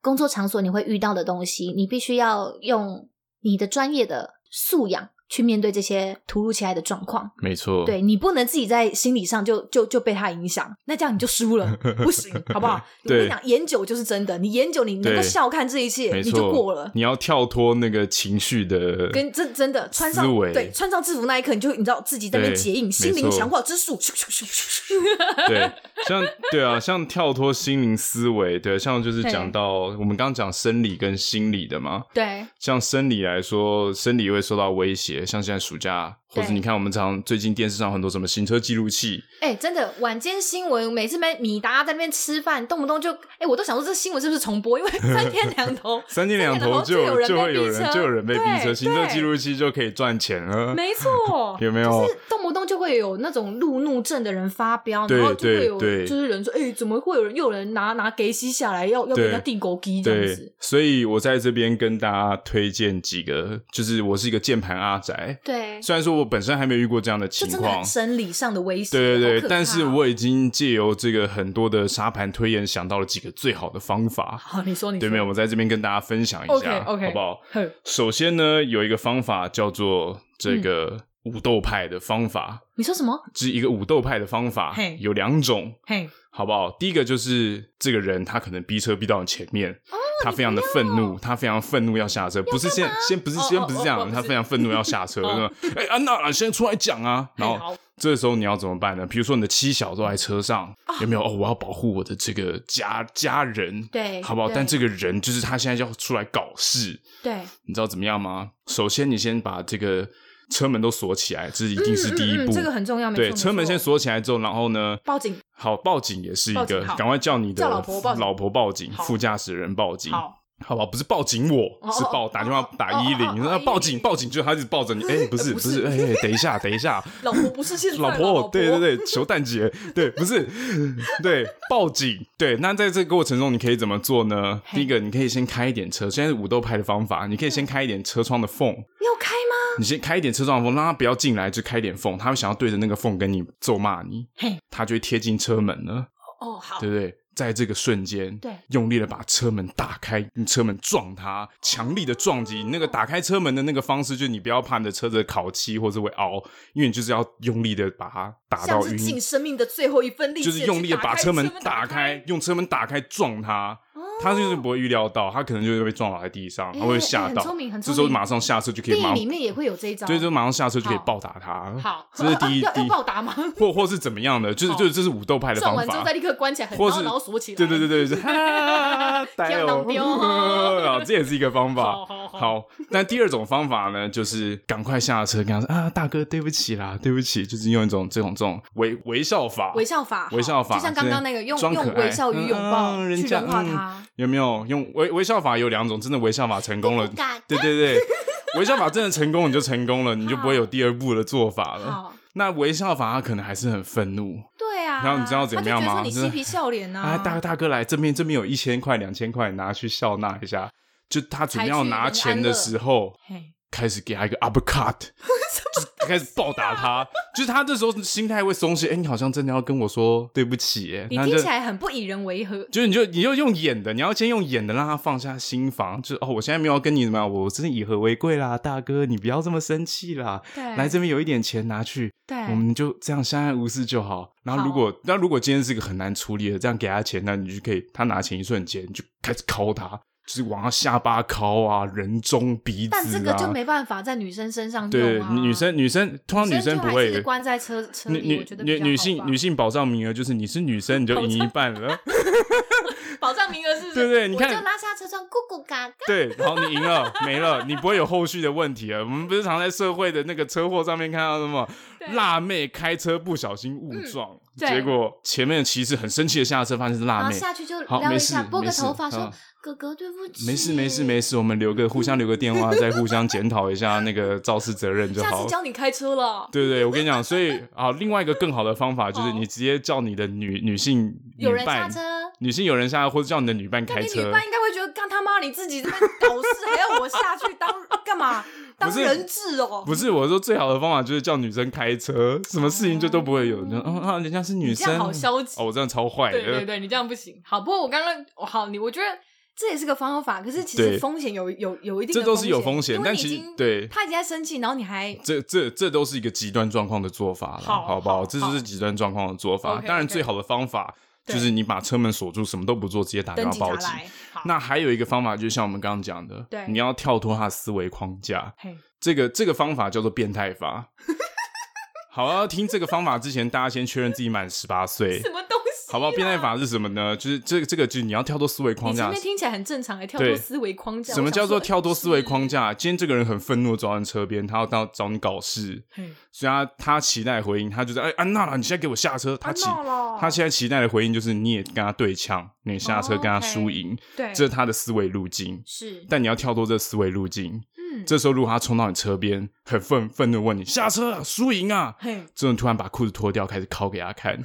工作场所你会遇到的东西，你必须要用你的专业的素养去面对这些突如其来的状况。
没错，
对你不能自己在心理上就就就被他影响，那这样你就输了，不行，好 不好？我
嗯对
跟你讲，研究就是真的，你研究你能够
对
笑看这一切，
没
你
错，
就过了。
你要跳脱那个情绪的，
跟真真的穿上
思维
对穿上制服那一刻，你就你知道自己在那边
对
结印，心
没
灵
错
强化之术，咻咻咻咻咻
对，像对啊，像跳脱心灵思维，对，像就是
对
讲到我们刚刚讲生理跟心理的嘛，
对
像生理来说，生理会受到威胁，像现在暑假，或
对
者你看我们常最近电视上很多什么行车记录器，
哎、真的晚间新闻，每次没米达在那边吃饭，动不动就哎、我都想说这新闻是不是重播， 因为三天两头，
三天两头
头
就
有人
就
被
会有
逼
人
车，
就有人被逼车，
对
行车记，录器就可以赚钱了，
对，没错
有没有
就是动不动就会有那种路怒症的人发飙，
对
然后就会有
对对
就是人说，哎、怎么会有人又有人拿拿给吸下 来，要要给人家
对
订狗鸡这样
对
子？，
所以我在这边跟大家推荐几个，就是我是一个键盘阿宅，
对，
虽然说我本身还没有遇过这样的
就
情
真的
况
很，生理上的威胁，
对对
好可
对，
怕
但是
哦
我已经借由这个很多的沙盘推演，想到了几个最好的方法。
好，你说你
对，没有，我在这边跟大家分享一下
OK，OK
好不好？
哼
首先呢，有一个方法叫做这
嗯
个武斗派的方法，
你说什么？
这一个武斗派的方法
嘿
有两种，
嘿，
好不好？第一个就是这个人他可能逼车逼到你前面，
哦
他非常的愤怒，他非常愤怒要下车，不是先先不是
哦
先
哦
不是
哦
这
哦
样，
不
他
是
非常愤怒要下车，
哦
对吧？哎，安娜先出来讲啊，然
嘿
后
好
这时候你要怎么办呢？比如说你的妻小都在车上，有没有？哦，我要保护我的这个家家人，
对
好不好？
对
但这个人就是他现在要出来搞事，
对，
你知道怎么样吗？首先你先把这个车门都锁起来，这一定是第一
嗯嗯
步，
嗯这个很重要没错
对，
没
车门
错
先锁起来之后，然后呢，
报警
好，报警也是一
报
个
警好，
赶快叫你的
叫老婆报警
老婆报警
好
副驾驶人报警，
好，
好吧，不是报警我，
哦
是报
哦
打电话
哦
打
哦
一
哦哦
零，
哦
那报警报警，就他一直抱着你，哎，不是
不
不
是
是，哎，哎等一下等一下，
老婆不是现在
老
啦
婆，对对对，求蛋姐，对，不是，对，报警，对。那在这个过程中，你可以怎么做呢？
嘿嗯
第一个，你可以先开一点车，现在是武斗派的方法，你可以先开一点车窗的缝，
要开吗？
你先开一点车窗的缝，让他不要进来，就开一点缝，他会想要对着那个缝跟你咒骂你
嘿，
他就会贴近车门了。
哦，好，
对不对？在这个瞬间，
对
用力的把车门打开，用车门撞它，强力的撞击。那个打开车门的那个方式，就是你不要怕你的车子的烤漆或者会凹，因为你就是要用力的把它打
像
到
是
晕，
尽生命的最后一份力气，
就是用力的把
车
门
打
打
开，
用车门打开撞它。
哦
他就是不会预料到，他可能就会被撞倒在地上，他会吓
哎
到
很聪明很，
这
聪
时候
明
马上下车就可
电
以马
影
上
里面也会有这一招，
对，就马上下车就可以
好
暴打他。
好
这是第一
要
第
要
一
暴打吗？
或或是怎么样的，就是
好
就是这是武斗派的
撞
方
完之后
法
再。立刻关起来，很
或
然
是
后然后锁起来，
对对对对，就是 哈哈哈哈呆
天
哦
狼雕哦，
好这也是一个方
好
法。
好好，
好，那第二种方法呢，就是赶快下车跟他说啊，大哥，对不起啦，对不起，就是用一种这种这种微微笑法，
微笑法，
微笑法，
就像刚刚那个
对
用
装可
用
爱
微笑与拥抱
嗯啊
去
人家
融化
嗯
它。
有没有用微微笑法？有两种，真的微笑法成功了
不敢，
对对 对，微笑法真的成功，你就成功了，你就不会有第二步的做法了。
好，
那微笑法他可能还是很愤怒
对啊。
然后你知道怎么样吗
他就觉得说你嬉皮笑脸呐，
啊，大大哥来这边，这边有一千块、两千块，拿去笑纳一下。就他准备要拿钱的时候，
嘿
开始给他一个 uppercut，就开始暴打他。就是他这时候心态会松懈，哎、你好像真的要跟我说对不起、哎，
你
那
听
就
起来很不以人为和。
就是你就你就用演的，你要先用演的让他放下心防，就是哦，我现在没有要跟你怎么样，我真的以和为贵啦，大哥，你不要这么生气啦，
对，
来这边有一点钱拿去，
对，
我们就这样相安无事就好。然后如果那如果今天是个很难处理的，这样给他钱，那你就可以他拿钱一瞬间你就开始敲他，就是往他下巴敲啊，人中鼻子啊，
但这个就没办法在女生身上
对
用啊。
女生女生通常女
生
生
就
不
还
会
是关在车车
女
里，我
女
觉得
女
比较
女
好
性
吧
女性保障名额就是你是女生你就赢一 半了。
保障名额是不是？
对对你看
我就拉下车窗，咕咕嘎嘎。
对，然后你赢了，没了，你不会有后续的问题了。我们不是常在社会的那个车祸上面看到什么辣妹开车不小心误
嗯
撞，
对
结果前面的骑士很生气的下车，发现是
然
辣
后
妹。
下去就
好
撩
啊没
一
事
下，拨
没
个
事
头发，说
好：“
哥哥，对不起。”
没事没事没事，我们留个互相留个电话，再互相检讨一下那个肇事责任就
下
好
次。教你开车了。
对对，我跟你讲，所以啊，另外一个更好的方法就是
好
你直接叫你的女女性女
有人下
伴，
车，
女性有人下，或者叫你的女伴
那
开
你
车
女。伴应该会觉得，干他妈你自己在那边搞事， 还要我下去当干嘛？当
不是
人质哦？
不是，我说最好的方法就是叫女生开车，什么事情就都不会有。人嗯啊，人家是女
哦你这样
生，
好消极
哦，我真的超坏的。
对对对，你这样不行。
好，不过我刚刚我好你，我觉得这也是个方法，可是其
对
实风险有有有一定的，
这都是有风险
因为
但
你
其实
已经
对
他已经在生气，然后你还
这这这都是一个极端状况的做法了，
好
不好？
好
这就是极端状况的做法。
OK，
当然，
OK
最好的方法
对
就是你把车门锁住，什么都不做，直接打电
等
话报
警察
警。
来，
好，
那还有一个方法，就像我们刚刚讲的，
对
你要跳脱他的思维框架。
嘿，
这个这个方法叫做变态法。 好，要听这个方法之前，大家先确认自己满十八岁，
什么东西？
啊
好不好？变态法是什么呢？就是这个这个，就是你要跳脱思维框
你前
架
面。听起来很正常，欸还跳
对
脱思维框架，
什么
我想
叫做
说嗯
跳脱思维框架？今天这个人很愤怒，走到你车边，他要到找你搞事，
嘿
所以他他期待回应，他就在哎安娜了，你现在给我下车。他期、
闹了
他现在期待的回应就是你也跟他对呛，你下
哦
车跟他输赢，
对
这是他的思维路径。
是
但你要跳脱这思维路径，
嗯
这时候如果他冲到你车边，很愤愤怒地问你下车啊输赢啊，
嘿
这人突然把裤子脱掉，开始拷给他 看，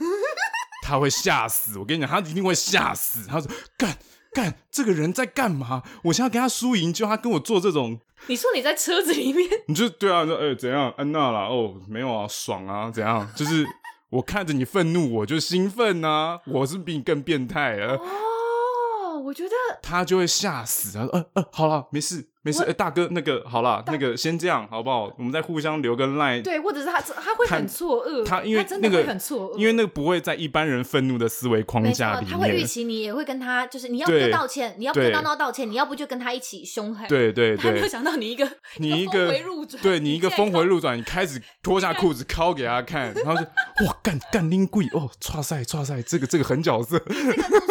他会吓死。我跟你讲，他一定会吓死。他说：“干干，这个人在干嘛？我现在跟他输赢，就他跟我做这种，
你说你在车子 里面，
你就对啊，说哎、怎样？安娜啦，哦，没有啊，爽啊，怎样？就是我看着你愤怒，我就兴奋呐、我是比你更变态了。
哦，我觉得
他就会吓死，他说：“呃呃，好了，没事没事，哎、大哥，那个好了，那个先这样好不好？我们再互相留个 line，
对，或者是他他会
看
很错愕，
他因为
真
那
的
个
会很错愕，
因为那个不会在一般人愤怒的思维框
没错
架里面，
他会预期你也会跟他，就是你要不
对
就道歉，你要不就
对
闹闹道歉，你要不就跟他一起凶 狠。，
对对
他没有
对，
想到你一个
你一
峰
个
回路转，
对你一个
竟然
峰回路转，你开始脱下裤子敲给他看，然后就哇干干拎贵哦，唰塞唰塞，这个这个狠角色，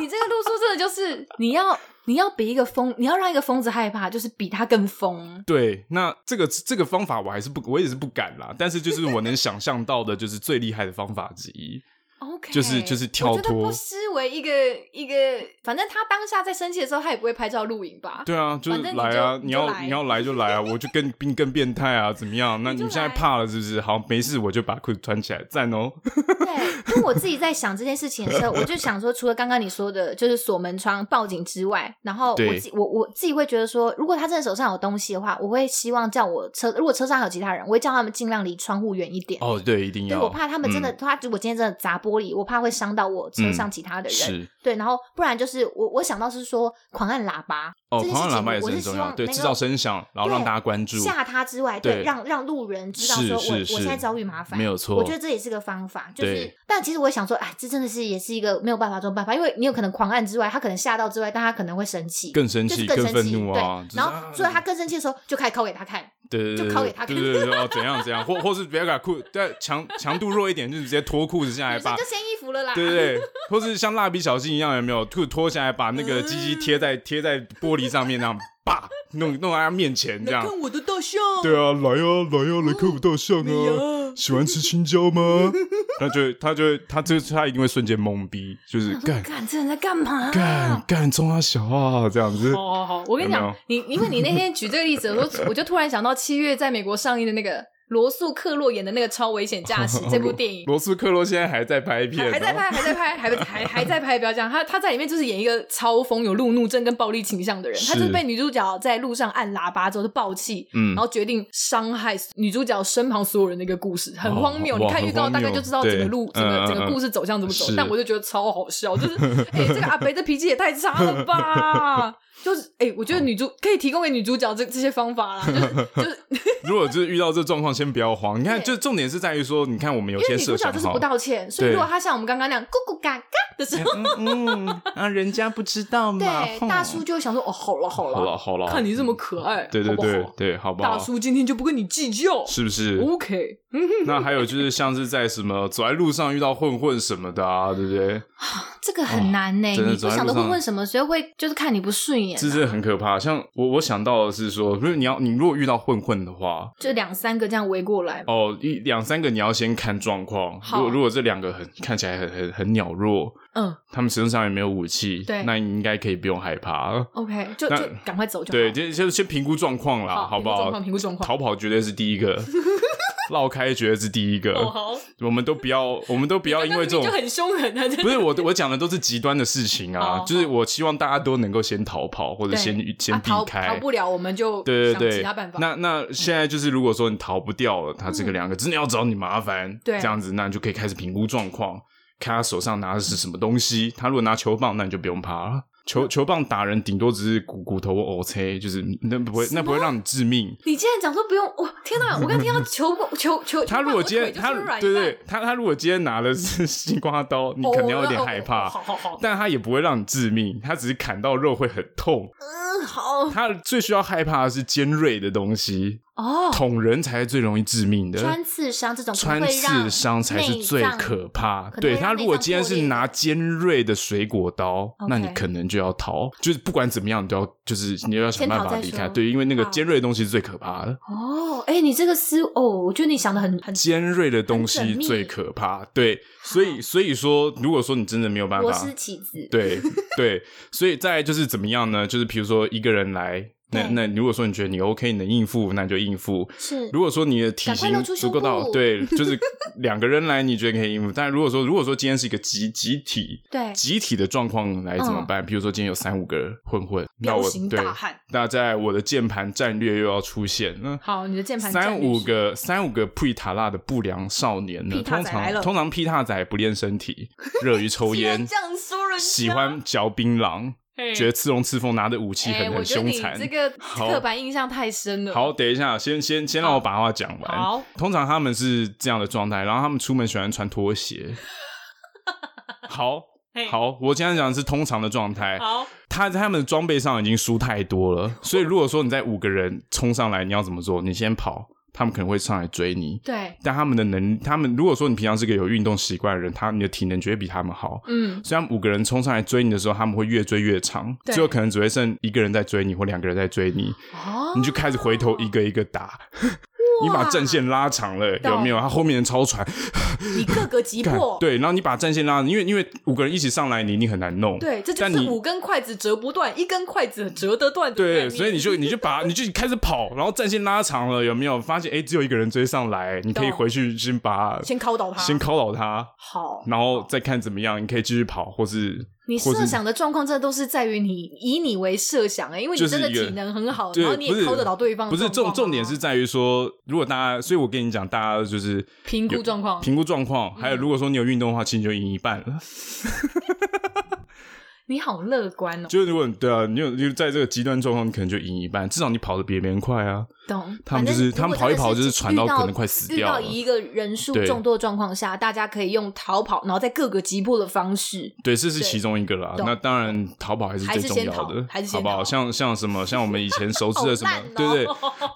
你这个路数真的就是你要你要比一个疯，你要让一个疯子害怕，就是比他更疯。
对，那这个这个方法我还是不我也是不敢啦，但是就是我能想象到的，就是最厉害的方法之一。
OK，
就是就是跳
我觉得
脱
不失为一个一个，反正他当下在生气的时候，他也不会拍照录影吧？
对啊，就是
反正你
来啊，
就
你
你就
要
来
你要来就来啊，我就更更更变态啊，怎么样？那你
你就
现在
来
怕了是不是？好，没事，我就把裤子穿起来，赞哦。
对，因为我自己在想这件事情的时候，我就想说，除了刚刚你说的，就是锁门窗报警之外，然后我
对
自我我自己会觉得说，如果他真的手上有东西的话，我会希望叫我车，如果车上还有其他人，我会叫他们尽量离窗户远一点。
哦，对，一定
对，
要。
我怕他们真的，
嗯
他如果今天真的砸玻璃，我怕会伤到我车上其他的人。
是
对，然后不然就是我我想到是说狂按喇叭，
哦，
这件事
狂
情
按喇叭也
我
是很
是
重
希
要，
望
对，
那
制
个
造声响，然后让
对
大家关注，
吓他之外，
对
对，让让路人知道
是
说我
是
我
是
现在遭遇麻烦，
没有错
我觉得这也是个方法，就是
对，
但其实我想说，哎，这真的是也是一个没有办法中办法，因为你有可能狂按之外，他可能吓到之外，但他可能会生气，
更生
就是
气、
更
更
生
愤
气
怒啊，就
对，
是
然
啊
后所以他更生气的时候，就开始抠给他看，
对对
就
对
拷
对
给他
对
看
对对对，哦，怎样怎样，或或是别把裤，但强强度弱一点，就是直接脱裤子下来
女生
把
就掀衣服了啦，
哎对对对，或是像蜡笔小新一样，有没有吐脱下来，把那个鸡鸡
嗯
贴在贴在玻璃上面，那样叭弄弄到他面前这样。
我的大象，
对啊，来啊来啊，来看我大象啊！喜欢吃青椒 吗？他就他就他就他一定会瞬间懵逼，就是 干
干这人在干嘛？
干干中他小啊这样子。
好好好，我跟你
有没
讲
有，
你因为你那天举这个例子，我 就我就突然想到七月在美国上映的那个罗素克洛演的那个《超危险 驾驶》啊这部电影，
罗斯克洛现在还在拍片，
还在拍，还在拍，还还还在拍，不要这样。他他在里面就是演一个超疯、有路怒症跟暴力倾向的人，
是
他就是被女主角在路上按喇叭之后就暴气，
嗯
然后决定伤害女主角身旁所有人的一个故事，很
哦
荒谬。
哇
你看
很
预告
荒
大概
谬
就知道整个
对
路、整个
嗯
整
嗯
个
嗯
故事走向怎么走
是，
但我就觉得超好笑，就是哎、这个阿北这脾气也太差了吧。 就是哎、我觉得女主可以提供给女主角这这些方法啦， 就是就是
如果就是遇到这状况，先不要慌。你看，
对
就重点是在于说，你看我们有
因为
些
女主
设
角
想
就是不
哈，
道歉，所以
对
如果她像我们刚刚那样咕咕嘎嘎的时候，
嗯嗯，啊，人家不知道嘛。
对，
哼
大叔，就会想说，哦，好了好
好了
了，
好了，
看你这么可爱，
对对
好不
对
好
对，好不
嗯
好？
大叔嗯今天就不跟你计较。
是不 是？
OK，
那还有就是像是在什么走在路上遇到混混什么的啊，对不对？
这个很难呢，
哦真的
你不
走在
晓
路
得
上
会问什么，所以会就是看你不顺眼啊，
这是很可怕。像我我想到的是说，如果你要你如果遇到混混的话，
就两三个这样围过来，
哦，一两三个你要先看状况。如
好
果如果这两个很看起来很很很鸟弱，
嗯
他们身上也没有武器，
对
那你应该可以不用害怕。
，OK，就
哦那
就赶快走就好。
对，就就先评估状况啦，
好
好不好？
评估状况评估状况
逃跑绝对是第一 个，绕开绝对是第一个。
哦好，
我们都不要，我们 都不要因为这
刚刚明明
种
就很凶狠 啊，真的
不是我，我讲的都是极端的事情啊
哦，
就是我希望大家都能够先逃跑或者
对
先先
啊
避
逃逃
开。
不了，我们就
对
想
对
其
对
他办，法。嗯
那那现在就是，如果说你逃不掉了，他这个两个真的要找你麻烦，
对
这样子，那你就可以开始评估状况，看他手上拿的是什么东西。他如果拿球棒，那你就不用怕了。球球棒打人，顶多只是骨骨头或 OK，就是那不会
什么
那不会让你致命。
你竟然讲说不用，我天哪！我刚听到球球球，
他如果今天
球
他对对，他他如果今天拿 的是西瓜刀，你
我腿
肯
就
定
是软一半
要有点
哦
害
哦
怕。
好好好，
但它也不会让你致命，它只是砍到肉会很痛。
嗯好
它最需要害怕的是尖锐的东西，
哦，
捅人才是最容易致命的。
穿刺伤这种可能
穿
会
刺
让
伤才是
内
最
脏
可怕。
可能会
对
让
它
内
如果
脏
今天
破
是
裂
拿尖锐的水果刀，那你
OK
可能就要逃，就是不管怎么样，你都要就是你要想
先
办
逃
法
再
离
说
开。对，因为那个
好
尖锐的东西是最可怕的。
哦，哎、你这个思哦，我觉得你想的很很，
尖锐的东
很
西
缜密
最可怕，对，所以所以说，如果说你真的没有办法，
我是棋子，
对对，所以再来就是怎么样呢？就是比如说一个人来，那
对
那如果说你觉得你 OK 你能应付，那你就应付。
是
如果说你的体
赶快
型
露出
足
胸
够到，
部
对，就是两个人来，你觉得可以应付。但如果说如果说今天是一个集集体
对
集体的状况来怎么办？比如说今天有三五个混混，那
彪
我
形
对
嗯大汉。
那在我的键盘战略又要出现了。
好，你的键盘
三
战略
五
是
个三五个普塔拉的不良少年呢，
屁塔
通
仔来
常
了
通常屁塔仔不练身体，热于抽
竟 然
烟
这，样说人家
喜欢嚼槟榔，
嘿
觉得刺龙刺凤拿的武器
哎
很
我
很
觉得
凶
你
残
这。个
好
刻板印象太深 了。
好，等一下，先先先让我把话讲完
好。
通常他们是这样的状态，然后他们出门喜欢穿拖鞋。 好
嘿，
好，我今天讲的是通常的状态。
好，
他在他们的装备上已经输太多了，所以如果说你在五个人冲上来，你要怎么做？你先跑，他们可能会上来追你。
对，
但他们的能，他们如果说你平常是个有运动习惯的人，他你的体能绝对比他们好。
嗯，
所以他们五个人冲上来追你的时候，他们会越追越长，
对
最后可能只会剩一个人在追你或两个人在追你，
哦，
你就开始回头一个一个打， 你把战线拉长了，有没有？他后面的超船，
你各个击
干
破，
对，然后你把战线拉，因为因为五个人一起上来，你一定很难弄。
对，这就
但
是
你
五根筷子折不断，一根筷子折得断的概
对，
念。
所以你就你就把你就开始跑，然后战线拉长了，有没有？发现哎，只有一个人追上来，你可以
懂
回去先把
先敲倒他
先敲倒他，
好，
然后再看怎么样，你可以继续跑，或是
你
或
设
是
想的状况，这都是在于你以你为设想哎，因为
就
你
是
真的
一个
体能很好，哦
对
然后你
不
也
是
敲得到对方的
不是
状况
重
啊
重点是在于说，如果大家，所以我跟你讲，大家就是
评估
有
状况嗯
评估状况，还有如果说你有运动的话，其实你就赢一半了。
你好乐观哦，
就是如果你对啊，你有就在这个极端状况，你可能就赢一半，至少你跑得比别人快啊。
懂？
他们就是他们跑一跑就是传
到
到可能快死
遇
掉
到
了
一个人数
对
众多的状况下，大家可以用逃跑，然后在各个击破的方式。
对，这是其中一个啦。
懂
那当然，逃跑还是最重要的，
还是先逃还是先
好不
逃
好？像像什么，像我们以前熟知的什么，
好烂哦
对不对？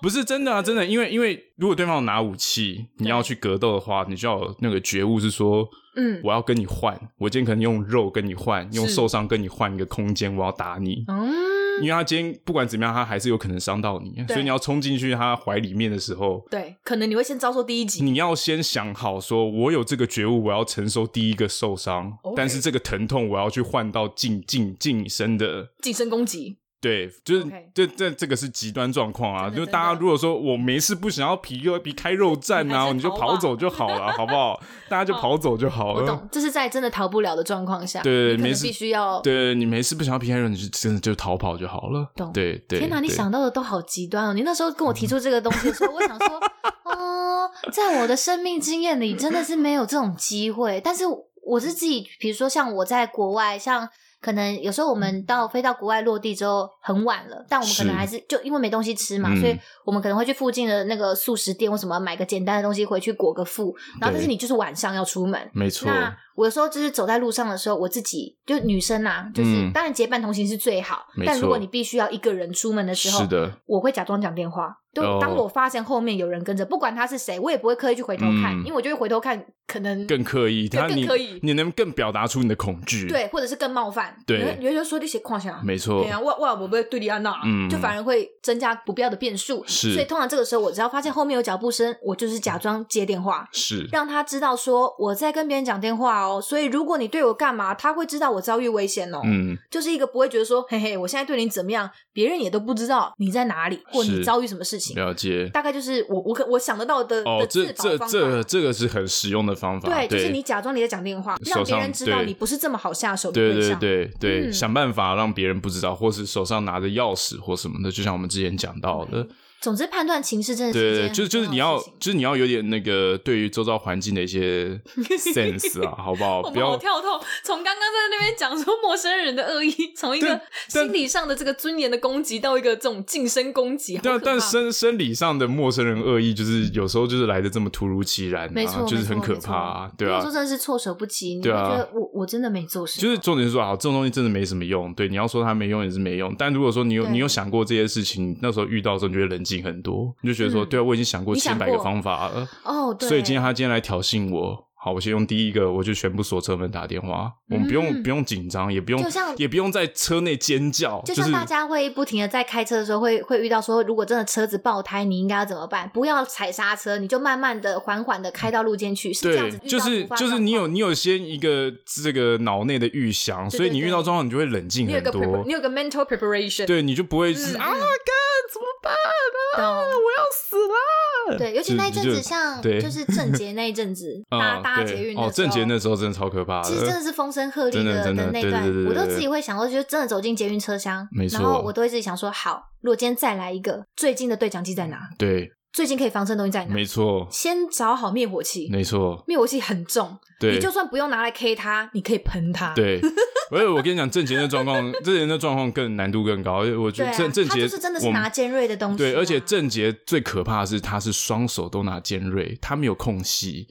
不是真的啊，真的，因为因为如果对方有拿武器，你要去格斗的话，你就要有那个觉悟，是说，
嗯
我要跟你换，我今天可能用肉跟你换，用
是
受伤跟你换一个空间，我要打你。
嗯，
因为他今天不管怎么样，他还是有可能伤到你，
对
所以你要冲进去他怀里面的时候，
对，可能你会先遭受第一集，
你要先想好说，我有这个觉悟，我要承受第一个受伤
OK
但是这个疼痛我要去换到近近近身的
近身攻击。
对，就是
OK
这这这个是极端状况啊！
真的
就
真
大家
的
如果说我没事不想要皮肉皮开肉战
你还
啊，
是
你就
逃
跑
吧
走就好了，好不好？大家就跑走就好
我
了
懂。，这是在真的逃不了的状况下，
对
你可
没
能
事
必须要。
对，你没事不想要皮开肉，你就真的就逃跑就好了
懂。
对对。
天哪，你
对
想到的都好极端哦！你那时候跟我提出这个东西的时候，我想说， 哦，在我的生命经验里，真的是没有这种机会。但是我是自己，比如说像我在国外，像可能有时候我们到飞到国外落地之后很晚了，但我们可能
是
还是就因为没东西吃嘛，
嗯
所以我们可能会去附近的那个素食店或什么买个简单的东西回去裹个腹。然后，但
对
是你就是晚上要出门，
没错，
那我有时候就是走在路上的时候，我自己就女生啊，就是、
嗯
当然结伴同行是最好
没，
但
错
如果你必须要一个人出门的时候，
是的，
我会假装讲电话。就
哦
当我发现后面有人跟着，不管他是谁，我也不会刻意去回头看，
嗯
因为我就会回头看，可能
更刻意，
更
他
更
你
刻意
你能更表达出你的恐惧。，
对，或者是更冒犯。
对
有人有人就说你写框下。
没错
对。啊，哇哇，我不会对你安娜，
嗯
就反而会增加不必要的变数。
是
所以通常这个时候，我只要发现后面有脚步声，我就是假装接电话，
是，
让他知道说我在跟别人讲电话哦，所以如果你对我干嘛，他会知道我遭遇危险哦。
嗯，
就是一个不会觉得说，嘿嘿，我现在对你怎么样，别人也都不知道你在哪里或你
是
遭遇什么事情。
了解。
大概就是我我可我想得到的
哦
的，
这
自保
这
方
这
法。
这个是很实用的方法。
对，就
对
是你假装你在讲电话，
手
让别
上
人知道
对
你不是这么好下手的
对对
象。
对对，
嗯
想办法让别人不知道，或是手上拿着钥匙或什么的，就像我们之前讲到的，
总之，判断情势真的
对
是一
对对，
件
就就是
很
你
重
要
的事情，
就是你要有点那个对于周遭环境的一些 sense 啊，好不好？
我
不
们好
要
跳痛，从刚刚在那边讲说陌生人的恶意，从一个
但但
心理上的这个尊严的攻击，到一个这种近身攻击，好
但
可
啊但
怕
生生理上的陌生人恶意，就是有时候就是来的这么突如其然、啊，
没错，
就是
没
很
错
可
没错
怕、啊，对
有
啊
时候。真的是措手不及，你会
对啊
觉得我我真的没做什么。
就是重点是说，好，这种东西真的没什么用。对，你要说它没用也是没用。但如果说你有
对
你有想过这些事情，那时候遇到的时候，你就会冷静很多。你就觉得说，
嗯
对啊，我已经想过
你
千
想
百个
过
方法了。
哦，对，
所以今天他今天来挑衅我，好，我先用第一个，我就全部锁车门打电话，我们不用不用紧张，也不用
就像
也不用在车内尖叫，
就是像大家会不停的在开车的时候会会遇到说，如果真的车子爆胎，你应该要怎么办？不要踩刹车，你就慢慢的、缓缓的开到路肩去，是这样
对
子。，
就是就是你有你有先一个这个脑内的预想，
对
所以你
对
遇到状况你就会冷静
你有
很
个 prepar-
多
你，有个 mental preparation，
对，你就不会是
嗯
啊，干
嗯
怎么办啊，我
懂
要死了。
对，尤其那一阵
就
子
就
像
对，
就是郑捷那一阵子
啊
搭搭
对
捷运的时候
哦，郑捷那时候真的超可怕
其实真的
的，
是风声鹤唳
真的真的
那
对
段
对对，对
我都
对
自己会想说，就是真的走进捷运车厢
没，错
然后我都会自己想说，好，如果今天再来一个，最近的对讲机在哪？
对，
最近可以防身的东西在哪
没？错，
先找好灭火器，
没错，
灭火器很重，
对，
你就算不用拿来 K 它，你可以喷它。
对，而且我跟你讲，郑杰的状况，郑杰的状况更难度更高。我觉
对
得
啊，
郑郑
他
杰
就是真的是
我们
拿尖锐的东西啊、
对，而且郑杰最可怕的是，他是双手都拿尖锐，他没有空隙，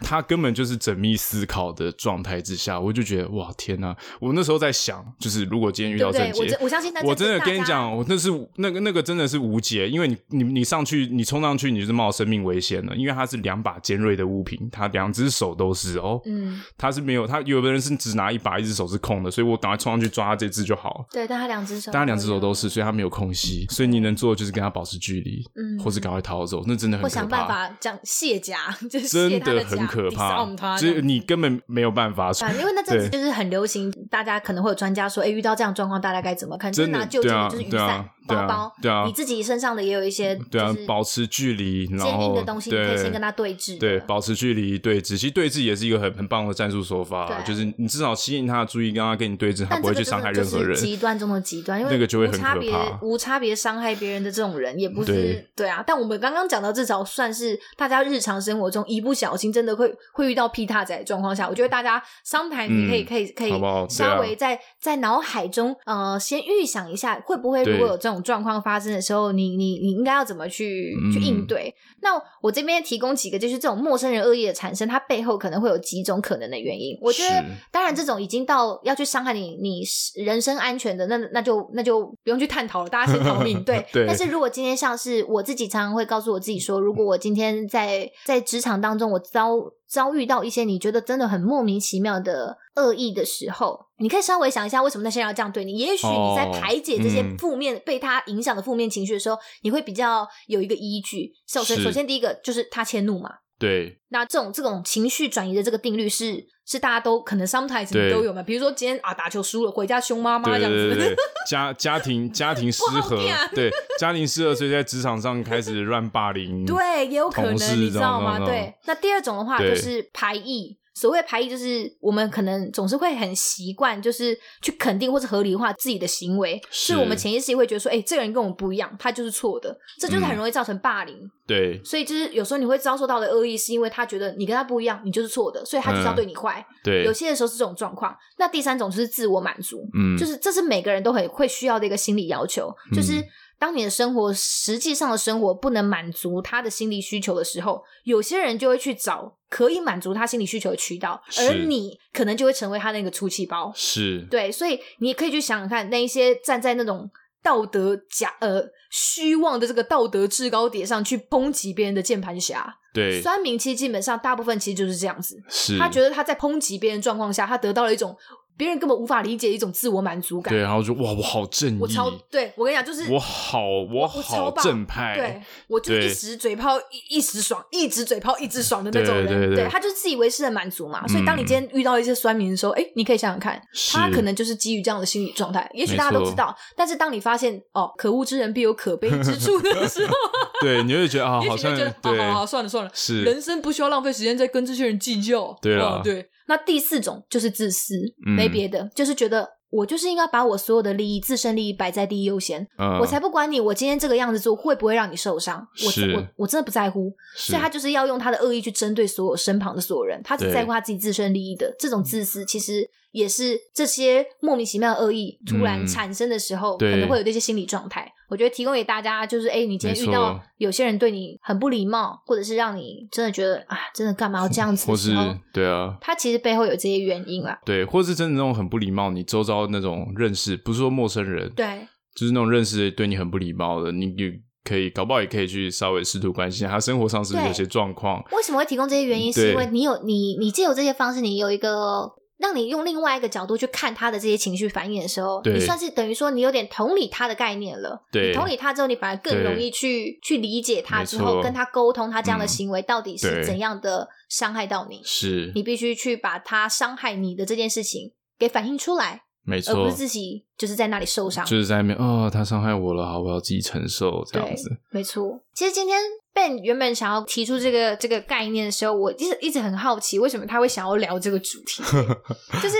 他根本就是缜密思考的状态之下，我就觉得哇天呐、我那时候在想，就是如果今天遇
对
到
不
郑
对？我
杰
真，我相信那
我
真
真
的
的跟你讲，我那是那个那个真的是无解，因为你你你上去，你冲上去，你就是冒生命危险了，因为它是两把尖锐的物品，它两只手都是哦，
嗯，
他是没有，他有的人是只拿一把，一只手是空的，所以我赶快冲上去抓他这只就好了。
对，但他两只手，
但他两只手都是，所以他没有空隙，所以你能做的就是跟他保持距离，
嗯
或是赶快逃走，那真的很
或
可怕。
想办法这样卸甲， 就是卸
真
他
的
的
很
甲
可怕
disarm 他，
就是
这样
你根本没有办法。
啊，因为那阵子
对
就是很流行，大家可能会有专家说，哎，遇到这样的状况，大家该怎么看？就是
真的
拿旧
对
件
啊
就是雨
对啊
伞，
对
包
啊
包，
对啊
你自己身上的也有一些，
对啊
就，是
保持距离，然
坚
后
硬的东西，你可以先跟他对峙的。
对，保持距离对峙，其实对峙也是一个很很棒的战术手法啊、
对
就是你至少吸引他的注意，让他跟你对峙，他
但
不
这
会
个
去
就
伤
真
害
的
任
就
何
是
人。
极端中的极端，因为
那个就会
无
很
差
可
别
怕
无差别伤害别人的这种人，也不是
对
啊。但我们刚刚讲到，至少算是大家日常生活中一不小心真的会会遇到劈叉仔的状况下，我觉得大家 sometimes
嗯
你可以、可以可以
好不好对啊
稍微在、在脑海中呃先预想一下，会不会
对
如果有这种状况发生的时候，你你你应该要怎么去、去应
嗯
对？那我这边提供几个，就是这种陌生人恶意的产生，它背后可能会有几种可能的原因。我觉得
是
当然，这种已经到要去伤害你你人身安全的，那那就那就不用去探讨了，大家先逃 命。对，
对
但是如果今天像是我自己，常常会告诉我自己说，如果我今天在在职场当中，我遭遭遇到一些你觉得真的很莫名其妙的恶意的时候，你可以稍微想一下，为什么那些人要这样对你？也许你在
哦
排解这些
嗯
负面、被他影响的负面情绪的时候，你会比较有一个依据。首先，
是
首先第一个就是他迁怒嘛，
对
那这种这种情绪转移的这个定律是是大家都可能 sometimes 你都有嘛？比如说今天啊打球输了，回家凶妈妈
对
这样
对
子，
对对， 家家庭家庭失
好
和
听啊，
对家庭失和，所以在职场上开始乱霸凌，
对也有可
同事
能，你知
这
道
种
吗？
这种
对。那第二种的话
嗯对
就是排异。所谓排异，就是我们可能总是会很习惯，就是去肯定或者合理化自己的行为，
是
所以我们潜意识里会觉得说，哎、这个人跟我们不一样，他就是错的，
嗯
这就是很容易造成霸凌。
对
所以就是有时候你会遭受到的恶意，是因为他觉得你跟他不一样，你就是错的，所以他就是要
嗯
对你坏。有
对，
些的时候是这种状况。那第三种就是自我满足，
嗯，
就是这是每个人都很会需要的一个心理要求，就是
嗯
当你的生活实际上的生活不能满足他的心理需求的时候，有些人就会去找可以满足他心理需求的渠道，而
是
你可能就会成为他那个出气包。
是，
对，所以你也可以去想想看，那一些站在那种道德假呃虚妄的这个道德制高点上去抨击别人的键盘侠，
对
酸民其实基本上大部分其实就是这样子。
是，
他觉得他在抨击别人状况下，他得到了一种别人根本无法理解的一种自我满足感。
对，然后就哇，我好正义，
我超对我跟你讲，就是
我好我
我超
好
棒
正派，
对我就是一
对
时嘴炮一一时爽，一直嘴炮一直爽的那种人。
对对对
他就是自以为是的满足嘛。所以当你
嗯
今天遇到一些酸民的时候，哎、你可以想想看，他
是
可能就是基于这样的心理状态。也许
没
大家都
错
知道，但是当你发现哦，可恶之人必有可悲 之处的时候，
对，你会觉得啊，
也
好
许就
像
觉得哦好
对
好好，算了算了，
是
人生不需要浪费时间在跟这些人计较。
对啦
啊，对。那第四种就是自私，
嗯
没别的，就是觉得我就是应该把我所有的利益、自身利益摆在第一优先，
嗯
我才不管你，我今天这个样子做会不会让你受伤，
是
我我我真的不在乎。
是
所以他就是要用他的恶意去针对所有身旁的所有人，他只
对嗯
在乎他自己自身利益的这种自私，其实也是这些莫名其妙的恶意突然
嗯
产生的时候，
对
可能会有这些心理状态。我觉得提供给大家就是，哎、你今
没错
天遇到有些人对你很不礼貌，或者是让你真的觉得啊，真的干嘛要这样子
或
的时
是
候，
对啊，
他其实背后有这些原因啦。
对，或是真的那种很不礼貌，你周遭那种认识，不是说陌生人，，
对，
就是那种认识对你很不礼貌的，你你可以搞不好也可以去稍微试图关心一下他生活上是不是有
对
些状况，
为什么会提供这些原
嗯
因？
对
是因为你有你你借由这些方式，你有一个让你用另外一个角度去看他的这些情绪反应的时候，
对
你算是等于说你有点同理他的概念了。
对
你同理他之后，你反而更
对
容易去去理解他，
没
之
错嗯
后跟他沟通，他这样的行为到底是
对
怎样的伤害到你？
是
你必须去把他伤害你的这件事情给反映出来，
没
而不
错
是，自己就是在那里受伤。
就是在那边哦，他伤害我了，好，我要自己承受这样
对
子，
没错，其实今天 Ben 原本想要提出这个这个概念的时候，我一直一直很好奇，为什么他会想要聊这个主题？ 就是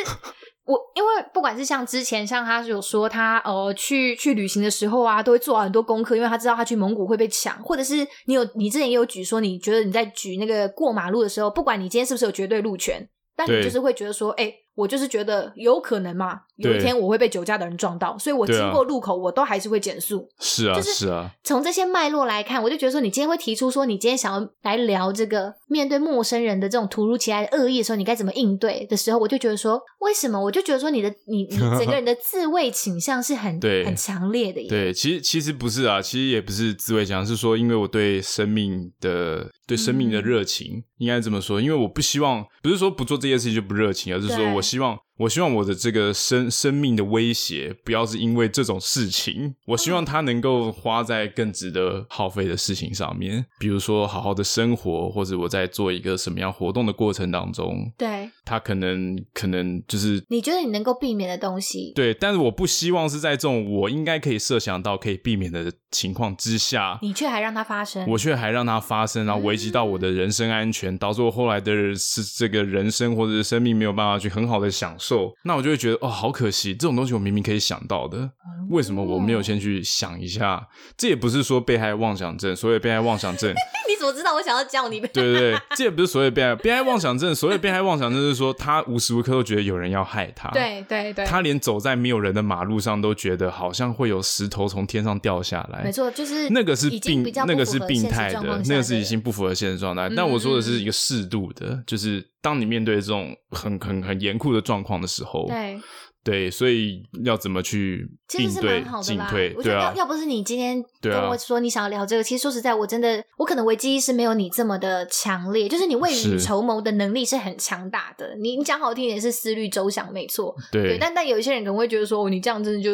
我因为不管是像之前像他有说他呃去去旅行的时候啊，都会做好很多功课，因为他知道他去蒙古会被抢，或者是你有你之前也有举说，你觉得你在举那个过马路的时候，不管你今天是不是有绝对路权，但你
对
就是会觉得说，哎、我就是觉得有可能嘛，有一
对
天我会被酒驾的人撞到，所以我
对
经
啊
过路口我都还是会减速。
是啊，
就是
是啊，
从这些脉络来看，我就觉得说，你今天会提出说，你今天想要来聊这个面对陌生人的这种突如其来的恶意的时候，你该怎么应对的时候，我就觉得说，为什么？我就觉得说，你的你你整个人的自卫倾向是 很
对
很强烈的耶。
对，其实其实不是啊，其实也不是自慰讲，是说因为我对生命的对生命的热情，应该这么说，因为我不希望不是说不做这件事情就不热情，而是
对
说我希望我希望我的这个生生命的威胁不要是因为这种事情，我希望它能够花在更值得耗费的事情上面，比如说好好的生活，或者我在做一个什么样活动的过程当中，
对，
它可能可能就是
你觉得你能够避免的东西，
对，但是我不希望是在这种我应该可以设想到可以避免的情况之下，
你却还让它发生。
我却还让它发生，然后危及到我的人身安全，导致我后来的是这个人生或者是生命没有办法去很好的享受，那我就会觉得哦，好可惜，这种东西我明明可以想到的，为什么我没有先去想一下？这也不是说被害妄想症，所谓被害妄想症，
你怎么知道我想要叫你？
对对对，这也不是所谓被害被害妄想症，所谓被害妄想症是说他无时无刻都觉得有人要害他，
对对对，
啊他连走在没有人的马路上都觉得好像会有石头从天上掉下来，
没错，就是
哎那个是
已经
病
比较，不
那个
符
是
合
病
现实
态
状
的
况，下
那个是
的嗯
已经不符合现实状态。但我说的是一个适度的，就是当你面对这种很很很严酷的状况的时候，
对，
对，所以要怎么去
其
应
实是
对
蛮好、的
进
啦。
退，
我觉
对
得要、
啊，
要不是你今天
对啊
跟我说你想要聊这个，其实说实在，我真的我可能危机意识没有你这么的强烈，就是你未雨
是
绸缪的能力是很强大的。你你讲好听一点是思虑周详，没错。对，
对
但但有一些人可能会觉得说，哦，你这样真的就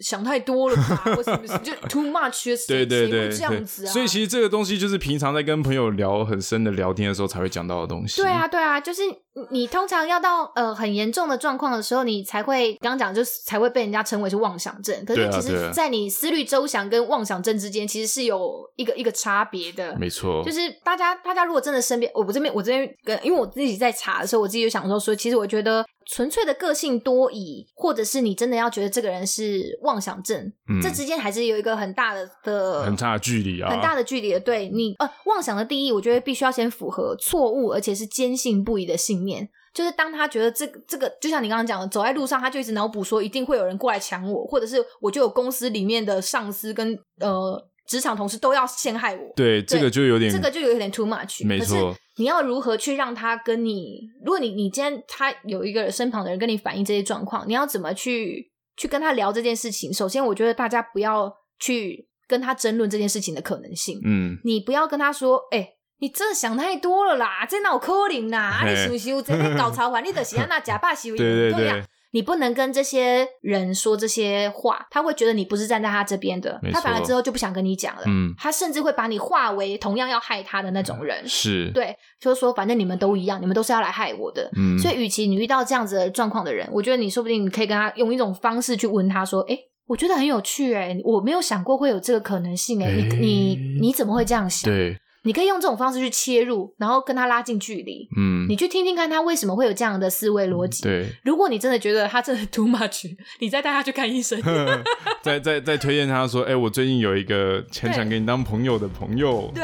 想想太多了 吧，或什么什么就 too much，谁
对对
谁会
对
这样
对，
子啊。
所以其实这个东西就是平常在跟朋友聊很深的聊天的时候才会讲到的东西。
对啊，，对啊，就是你你通常要到呃很严重的状况的时候，你才会刚讲就是才会被人家称为是妄想症。可
对
是
啊
其
对
实，
啊
在你思虑周详跟妄想症之间，其实是有一个一个差别的。
没错，
就是大家，大家如果真的身边，我我这边我这边跟，因为我自己在查的时候，我自己就想说说，其实我觉得纯粹的个性多疑，或者是你真的要觉得这个人是妄想症，
嗯
这之间还是有一个很大的的
很差的距离啊，
很大的距离了。对你呃，妄想的定义，我觉得必须要先符合错误而且是坚信不疑的信念。就是当他觉得这个这个，就像你刚刚讲的，走在路上他就一直脑补说一定会有人过来抢我，或者是我就有公司里面的上司跟呃职场同事都要陷害我。
对这个就有点
这个就有点 too much，
没错。
可是你要如何去让他跟你？如果你你今天他有一个身旁的人跟你反映这些状况，你要怎么去去跟他聊这件事情？首先，我觉得大家不要去跟他争论这件事情的可能性。
嗯，
你不要跟他说，哎、你真的想太多了啦，这脑可 能啦，啊、
嘿
你想想，真的搞潮 玩，你的是安那假扮行为，
对对
对
对
呀。你不能跟这些人说这些话，他会觉得你不是站在他这边的
没，错
他反而之后就不想跟你讲了。
嗯
他甚至会把你化为同样要害他的那种 人。
是，
对，就是说，反正你们都一样，你们都是要来害我的。
嗯，
所以，与其你遇到这样子的状况的人，我觉得你说不定你可以跟他用一种方式去问他说：“哎、我觉得很有趣、诶哎，我没有想过会有这个可能性、诶哎，
诶
你你你怎么会这样想？
对，
你可以用这种方式去切入，然后跟他拉近距离，
嗯
你，去听听看他为什么会有这样的思维逻辑。
对。
如果你真的觉得他真的 too much，你再带他去看医生。
再再再推荐他说，哎、我最近有一个很想跟你当朋友的朋友，
对，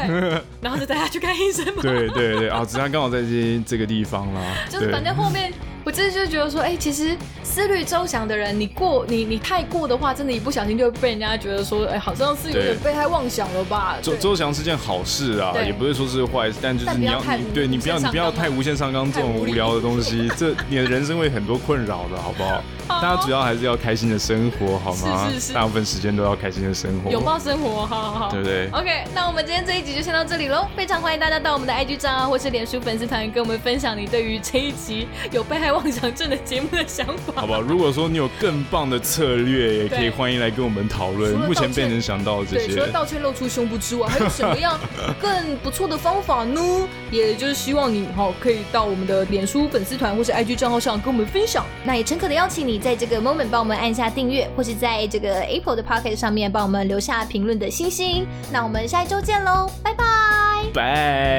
然后就带他去看医生嘛。
对对对啊，只是他刚好在这这个地方啦，
就是
对
反正后面，我真的就觉得说，哎、其实思虑周详的人，你过你你太过的话，真的，一不小心就会被人家觉得说，哎、好像是有点
对
被害妄想了吧？
周
对
周翔是件好事啊，
对
也不是说是坏事，但就是
但不
你
要
要
太
你
无
对你不要
无限
你
上
不要
纲嘛
太无限上纲这
太
种
无
无
理
聊 的东西，这你的人生会很多困扰的，好不好？大家主要还是要开心的生活，好吗？
是是是
大部分时间都要开心的生活，
拥抱生活，好好好。
对不对？
OK，那我们今天这一集就先到这里喽。非常欢迎大家到我们的 IG 账号或是脸书粉丝团，跟我们分享你对于这一集有被害妄想症的节目的想法
好。不好？如果说你有更棒的策略，也可以
对
欢迎来跟我们讨论。
除了
目前
道
被
歉
能想到的这
对，
些，
除了道歉露出胸部之外，还有什么样更不错的方法呢？也就是希望你哈、可以到我们的脸书粉丝团或是 IG 账号上跟我们分享。
那也诚恳的邀请你在这个 moment 帮我们按下订阅，或是在这个 Apple 的 Pocket 上面帮我们留下评论的星星。那我们下一周见喽，拜拜。
拜。